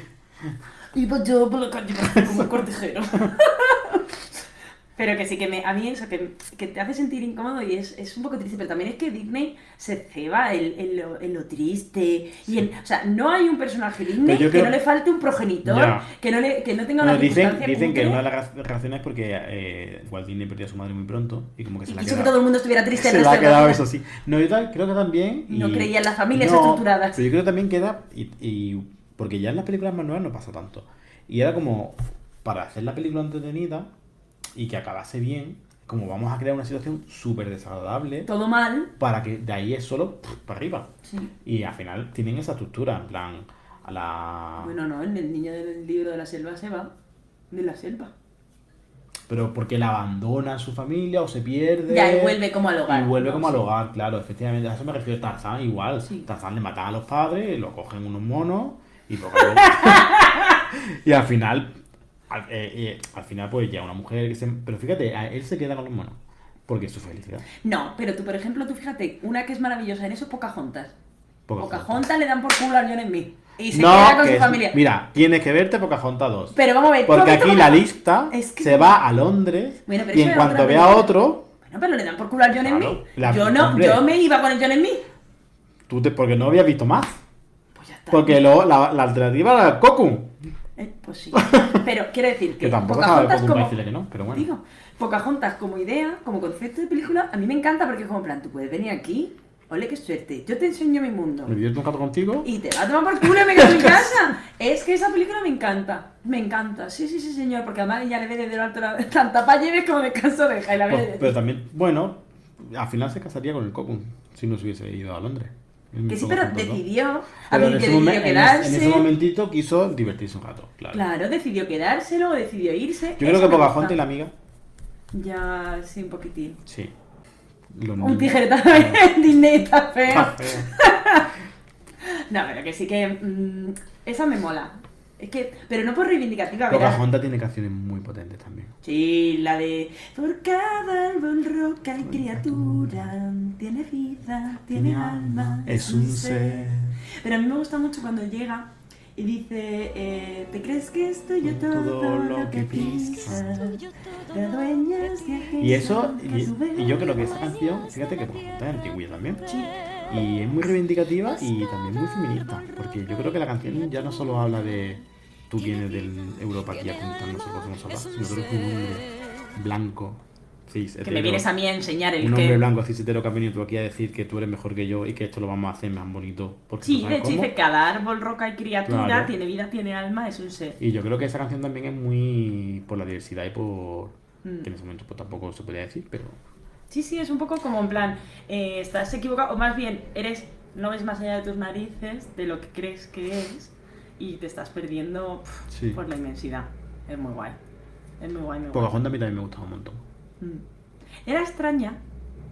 B: Iba pues yo por la calle como un cortejero. Pero que sí, que me, a mí eso, que, que te hace sentir incómodo y es, es un poco triste, pero también es que Disney se ceba en, en lo, en lo triste. Y en, o sea, no hay un personaje Disney
A: Pero yo
B: que
A: creo-
B: no le falte un progenitor,
A: Ya.
B: que, no le, que no tenga
A: Bueno,
B: una
A: dicen,
B: circunstancia
A: dicen que
B: cutre,
A: una de las raz- razones es porque eh, Walt Disney perdió a su madre muy pronto y como que se
B: Y
A: la ha
B: quiso que
A: quedado-
B: todo el mundo estuviera triste. el
A: se le
B: resto
A: ha
B: de la
A: quedado
B: vida.
A: eso sí. No, yo tal- creo que también.
B: No creía en las familias estructuradas.
A: Pero yo creo que también queda. Y, y- porque ya en las películas más nuevas no pasa tanto. Y era como. Para hacer la película entretenida y que acabase bien, como vamos a crear una situación súper desagradable
B: Todo mal.
A: para que de ahí es solo pff, para arriba.
B: Sí.
A: Y al final tienen esa estructura, en plan. A la.
B: Bueno, no, el el niño del libro de la selva se va. De la selva.
A: Pero porque la abandona su familia o se pierde.
B: Ya, y vuelve como al hogar.
A: Y vuelve
B: ¿no?
A: como al
B: Sí.
A: hogar, claro, efectivamente. A eso me refiero Tarzán, igual.
B: Sí.
A: Tarzán le matan a los padres, lo cogen unos monos y poco a poco- Y al final, al, eh, eh, al final, pues ya una mujer que se. Pero fíjate, a él se queda con los monos. Porque es su felicidad.
B: No, pero tú, por ejemplo, tú fíjate, una que es maravillosa en eso es Pocahontas.
A: Pocahontas.
B: Pocahontas, le dan por culo a Lionel Smith. Y se
A: No,
B: queda con
A: que
B: su
A: es-
B: familia.
A: Mira, tienes que verte Pocahontas 2.
B: Pero vamos a ver. ¿tú
A: porque
B: has visto
A: aquí la
B: Pocahontas?
A: lista
B: Es que-
A: se va a Londres
B: Bueno, pero
A: y
B: eso
A: en
B: era
A: cuanto
B: otra
A: vea a
B: película.
A: otro,
B: Bueno, pero le dan por culo a Lionel
A: Claro,
B: Smith.
A: la-
B: yo no,
A: hombre.
B: yo me iba con el Lionel Smith.
A: tú te, porque no habías visto más.
B: Pues ya está.
A: Porque lo- la, la alternativa era Coco.
B: Eh, pues sí. Pero quiero decir que,
A: Que tampoco sabe
B: Pocahontas
A: poco para
B: como...
A: decirle que no, pero bueno.
B: Digo, Pocahontas como idea, como concepto de película, a mí me encanta porque es como en plan, tú puedes venir aquí, ole qué suerte, yo te enseño mi mundo.
A: Me divierto un rato contigo.
B: Y te va a tomar por culo y me quedo en casa. Es que esa película me encanta. Me encanta. Sí, sí, sí, señor. Porque además ella le ve desde lo alto la... tanta pa' lleves como descanso deja. Y la ve
A: Pues,
B: desde-
A: pero también, bueno, al final se casaría con el Cocoon si no se hubiese ido a Londres.
B: Que sí, pero decidió. A
A: Pero en,
B: mí que
A: ese
B: decidió
A: momen- en
B: quedarse.
A: ese- en ese momentito quiso divertirse un rato, claro.
B: Claro, decidió quedárselo, decidió irse.
A: Yo creo
B: Eso
A: que
B: me
A: Pocahontas
B: gusta.
A: y la amiga,
B: Ya, sí, un poquitín.
A: sí. Los
B: Un
A: niños. Ah.
B: tijeretazo en Disney está feo.
A: Está feo.
B: No, pero que sí que. mm, esa me mola. Es que. Pero no por reivindicativa, ¿verdad?
A: Pocahontas tiene canciones muy potentes también.
B: Sí, la de. Por cada árbol, roca y criatura. Tiene vida, tiene alma.
A: Es un ser.
B: Pero a mí me gusta mucho cuando llega y dice: eh, ¿Te crees que estoy yo todo, lo que piensas? Te adueñas de aquello
A: Y eso,
B: que a
A: y,
B: su
A: y yo
B: vez
A: creo que esa canción, fíjate que Pocahontas es antigüita también. Y es muy reivindicativa y también muy feminista. Porque yo creo que la canción ya no solo habla de tú vienes del Europa aquí a contar nosotros somos atrás, sino que eres un hombre blanco, cis,
B: Que me
A: hetero,
B: vienes a mí a enseñar el
A: Un
B: que.
A: hombre blanco cis hetero que ha venido tú aquí a decir que tú eres mejor que yo y que esto lo vamos a hacer más bonito. Porque tú
B: Sí, de
A: sabes
B: hecho
A: cómo.
B: dice: cada árbol, roca y criatura
A: Claro.
B: tiene vida, tiene alma, es un ser.
A: Y yo creo que esa canción también es muy por la diversidad y por...
B: Mm.
A: Que en ese momento pues, tampoco se podía decir, pero...
B: Sí, sí, es un poco como en plan, eh, estás equivocado, o más bien, eres, no ves más allá de tus narices, de lo que crees que es, y te estás perdiendo pf,
A: Sí.
B: por la inmensidad. Es muy guay. Es muy guay, muy guay.
A: Pocahontas a mí también me gustaba un montón.
B: Mm. Era extraña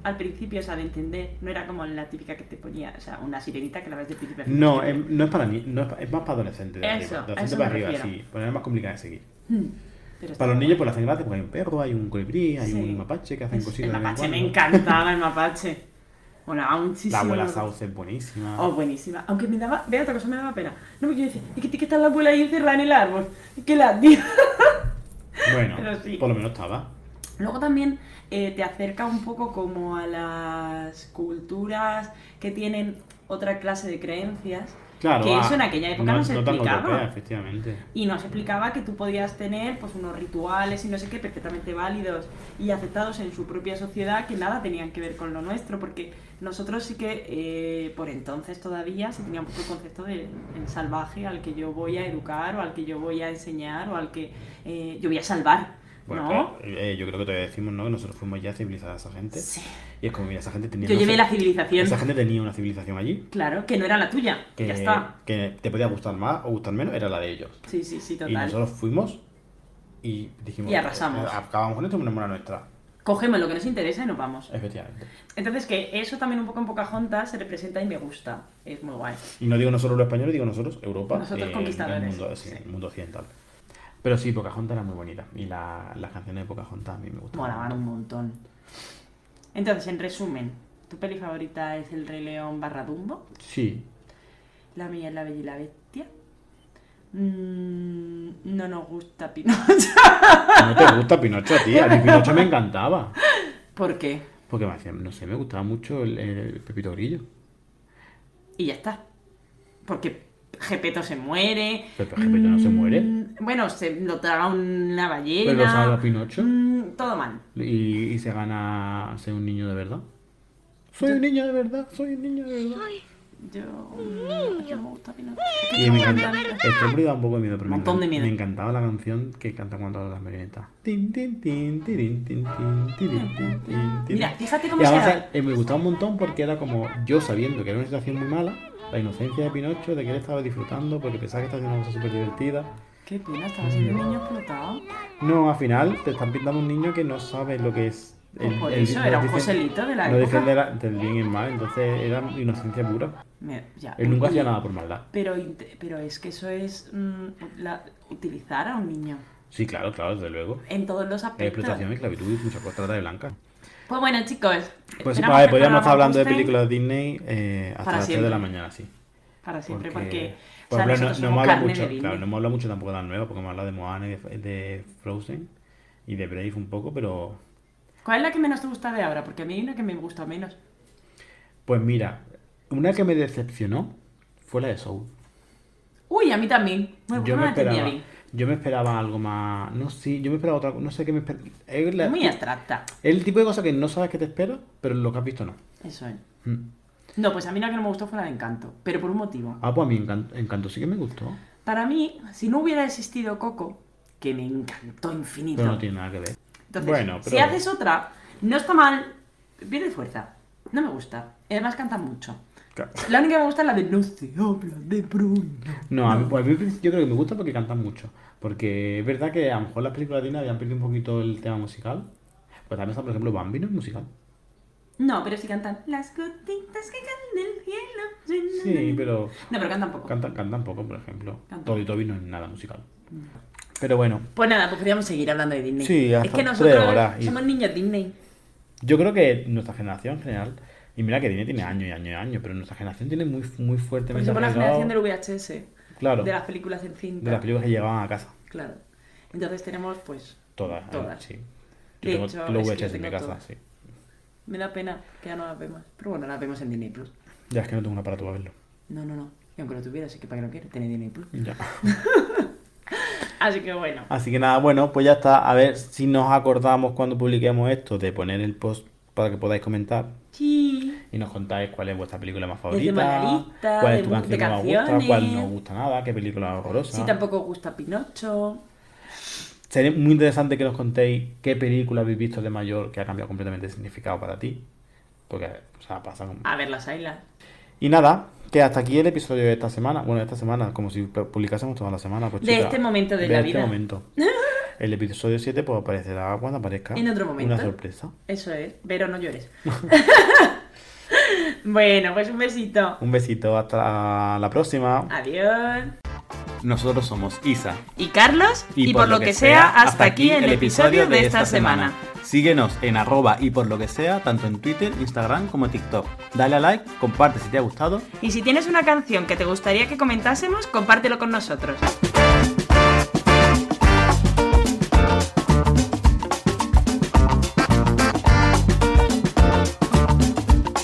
B: al principio, o sea, de entender, no era como la típica que te ponía, o sea, una sirenita que la ves de principio a fin.
A: No, es, no es para ni, no es, pa- es más para adolescentes. De arriba.
B: Eso, a eso
A: Adolescentes
B: me
A: para arriba,
B: refiero.
A: sí. Pero es más complicado de seguir.
B: Mm. Pero está
A: Para los
B: guay.
A: niños, pues le hacen gracia porque hay un perro, hay un colibrí, hay
B: Sí.
A: un mapache que hacen
B: Es-
A: cositas.
B: El
A: de vez en
B: mapache, me
A: cuando.
B: encantaba el mapache. Bueno, aún sí
A: La
B: sí,
A: abuela
B: no-
A: Sauce es buenísima.
B: Oh, buenísima. Aunque me daba, vea otra cosa, me daba pena. No, porque yo decía, es que, que está la abuela ahí encerrada en el árbol. Que la tía.
A: bueno,
B: pero sí.
A: por lo menos estaba.
B: Luego también eh, te acerca un poco como a las culturas que tienen otra clase de creencias.
A: Claro.
B: que
A: ah,
B: eso en aquella época no, se
A: tan
B: explicaba.
A: europea, efectivamente.
B: y nos explicaba que tú podías tener pues unos rituales y no sé qué perfectamente válidos y aceptados en su propia sociedad que nada tenían que ver con lo nuestro porque nosotros sí que eh, por entonces todavía se tenía un poco el concepto del el salvaje al que yo voy a educar o al que yo voy a enseñar o al que eh, yo voy a salvar
A: Bueno,
B: ¿no?
A: claro, eh, yo creo que todavía decimos, ¿no? Que nosotros fuimos ya civilizados a esa gente.
B: Sí.
A: Y es como, mira, esa gente tenía.
B: yo
A: no
B: llevé
A: sé,
B: la civilización
A: Esa gente tenía una civilización allí.
B: claro que no era la tuya
A: Que,
B: ya está
A: que te podía gustar más o gustar menos, era la de ellos.
B: sí sí sí
A: Y
B: total
A: nosotros fuimos y dijimos. "Eh,
B: Y arrasamos.
A: Acabamos con esto y ponemos la nuestra.
B: cogemos lo que nos interesa y nos vamos
A: Efectivamente.
B: entonces que eso también un poco en Pocahontas se representa y me gusta es muy guay
A: Y no digo nosotros los españoles, digo nosotros Europa.
B: Nosotros
A: eh,
B: conquistadores.
A: El mundo, sí,
B: Sí.
A: el mundo occidental. Pero sí, Pocahontas era muy bonita. Y la- las canciones de Pocahontas a mí me gustaban.
B: Molaban un montón. Entonces, en resumen, tu peli favorita es El Rey León barra Dumbo.
A: Sí.
B: La mía es La Bella y la Bestia. Mm, no nos gusta Pinocho.
A: No te gusta Pinocho a ti. A mí Pinocho me encantaba.
B: ¿Por qué?
A: Porque me hacía, no sé, me gustaba mucho el, el Pepito Grillo.
B: Y ya está. Porque Gepeto se muere.
A: Pero Gepetto no se muere.
B: Mm, Bueno, se lo traga una ballena.
A: Pero lo salva Pinocho.
B: Mm, todo mal.
A: Y, y se gana ser un niño de verdad. Soy un niño de verdad, soy un niño de verdad.
B: Yo. mm, es que no me gusta Pinocho. Es que
A: Y me
B: no
A: encanta.
B: me encanta.
A: El hombre da un poco de miedo, pero me
B: Montón de
A: encan-
B: miedo.
A: me encantaba la canción que canta cuando habla de las marionetas. Tin, tin, tin, tirin, tin, tin, tirin, tin, tin, tin.
B: Mira, fíjate cómo
A: Y
B: se
A: además
B: da.
A: eh, me gustaba un montón porque era como yo sabiendo que era una situación muy mala, la inocencia de Pinocho, de que él estaba disfrutando porque pensaba que estaba haciendo una cosa súper divertida.
B: Qué pena, estaba siendo un niño explotado.
A: No, al final te están pintando un niño que no sabe lo que es.
B: Pues por eso, era un Joselito de la
A: No
B: época.
A: defiende la- del bien y el mal, entonces era inocencia pura.
B: Me- ya.
A: Él nunca hacía
B: Oye,
A: nada por maldad.
B: Pero, int- pero es que eso es mm, la- utilizar a un niño
A: Sí, claro, claro, desde luego.
B: en todos los
A: Hay
B: aspectos.
A: explotación, esclavitud Eh, y muchas cosas trata de blancas.
B: Pues bueno, chicos.
A: Pues sí,
B: esperamos
A: vale,
B: que
A: podríamos
B: el
A: estar hablando de
B: programa
A: películas
B: guste
A: Disney eh, hasta
B: Para
A: las 3 de la
B: siempre.
A: mañana, sí.
B: Para siempre, porque. o
A: por ejemplo,
B: sea, nosotros
A: no, no
B: somos
A: me habla
B: carne de
A: mucho,
B: Disney.
A: claro, no me habla mucho tampoco de la nueva, porque me habla de Moana y de, de Frozen y de Brave un poco, pero
B: ¿Cuál es la que menos te gusta de ahora? Porque a mí hay una que me gusta menos.
A: pues mira, una que me decepcionó fue la de Soul.
B: Uy, a mí también. Bueno,
A: Yo
B: no
A: me
B: la entendía
A: esperaba,
B: bien.
A: yo me esperaba algo más, no sé, yo me esperaba otra, no sé qué me esperaba. Es la-
B: Es muy abstracta.
A: el tipo de cosa que no sabes que te espera, pero lo que has visto no.
B: Eso es.
A: Mm.
B: No, pues a mí la que no me gustó fue la de Encanto. Pero por un motivo.
A: Ah, pues a mí Encan- Encanto sí que me gustó,
B: Para mí, si no hubiera existido Coco, que me encantó infinito.
A: pero no tiene nada que ver.
B: Entonces,
A: Bueno,
B: si
A: pero-
B: haces otra, no está mal, pierde fuerza. No me gusta. Y además canta mucho.
A: Claro.
B: La única que me gusta es la de No se habla de Bruno.
A: No, a mí, pues a mí yo creo que me gusta porque cantan mucho. Porque es verdad que a lo mejor las películas latinas habían perdido un poquito el tema musical. Pues también está, por ejemplo, Bambi no es musical.
B: No, pero sí cantan. Las gotitas que caen del cielo.
A: Sí, pero
B: No, pero cantan poco.
A: cantan, cantan poco, por ejemplo.
B: Cantan. Mm.
A: Todo y Toby no es nada musical. Pero bueno,
B: Pues nada, pues podríamos seguir hablando de Disney.
A: Sí, hasta
B: es que
A: tres
B: nosotros
A: horas y-
B: somos niños Disney.
A: yo creo que nuestra generación en general, y mira que tiene, tiene años y años y años, pero nuestra generación tiene muy, muy
B: Por
A: fuertemente
B: eso Pues por la
A: arraigado-
B: generación del VHS.
A: Claro,
B: De las películas en cinta.
A: de las películas que llegaban a casa.
B: Claro. Entonces tenemos, pues,
A: Todas. eh,
B: Todas.
A: Sí.
B: De
A: Yo
B: hecho,
A: tengo los
B: es que
A: VHS en
B: tengo
A: mi casa,
B: todas.
A: sí.
B: me da pena que ya no las vemos. Pero bueno, las vemos en Disney Plus.
A: Ya es que no tengo un aparato para verlo.
B: No, no, no. Y aunque lo tuviera, así que para qué lo quiero, tener Disney Plus.
A: Ya.
B: Así que bueno.
A: Así que nada, bueno, pues ya está. A ver si nos acordamos cuando publiquemos esto de poner el post para que podáis comentar
B: Sí.
A: y nos contáis cuál es vuestra película más favorita,
B: Desde Manalita,
A: cuál
B: de
A: es tu
B: mu-
A: canción
B: de
A: que más gusta, cuál no
B: canciones.
A: os gusta nada, qué película es horrorosa.
B: Si tampoco os gusta Pinocho.
A: Sería muy interesante que nos contéis qué película habéis visto de mayor que ha cambiado completamente el significado para ti. Porque, o sea, pasan
B: A ver las islas.
A: Y nada, que hasta aquí el episodio de esta semana. Bueno, esta semana, como si pu- publicásemos toda la semana. Pues,
B: De
A: chica,
B: este momento de la
A: este
B: vida.
A: momento. El episodio 7 pues aparecerá cuando aparezca.
B: En otro momento.
A: Una sorpresa.
B: Eso es. Pero no llores. bueno, pues un besito.
A: Un besito, hasta la próxima.
B: Adiós.
A: Nosotros somos Isa.
B: Y Carlos, y, por, lo que, sea, hasta, aquí el episodio de esta semana.
A: Síguenos en arroba y por lo que sea, tanto en Twitter, Instagram como TikTok. Dale a like, comparte si te ha gustado
B: Y si tienes una canción que te gustaría que comentásemos, compártelo con nosotros.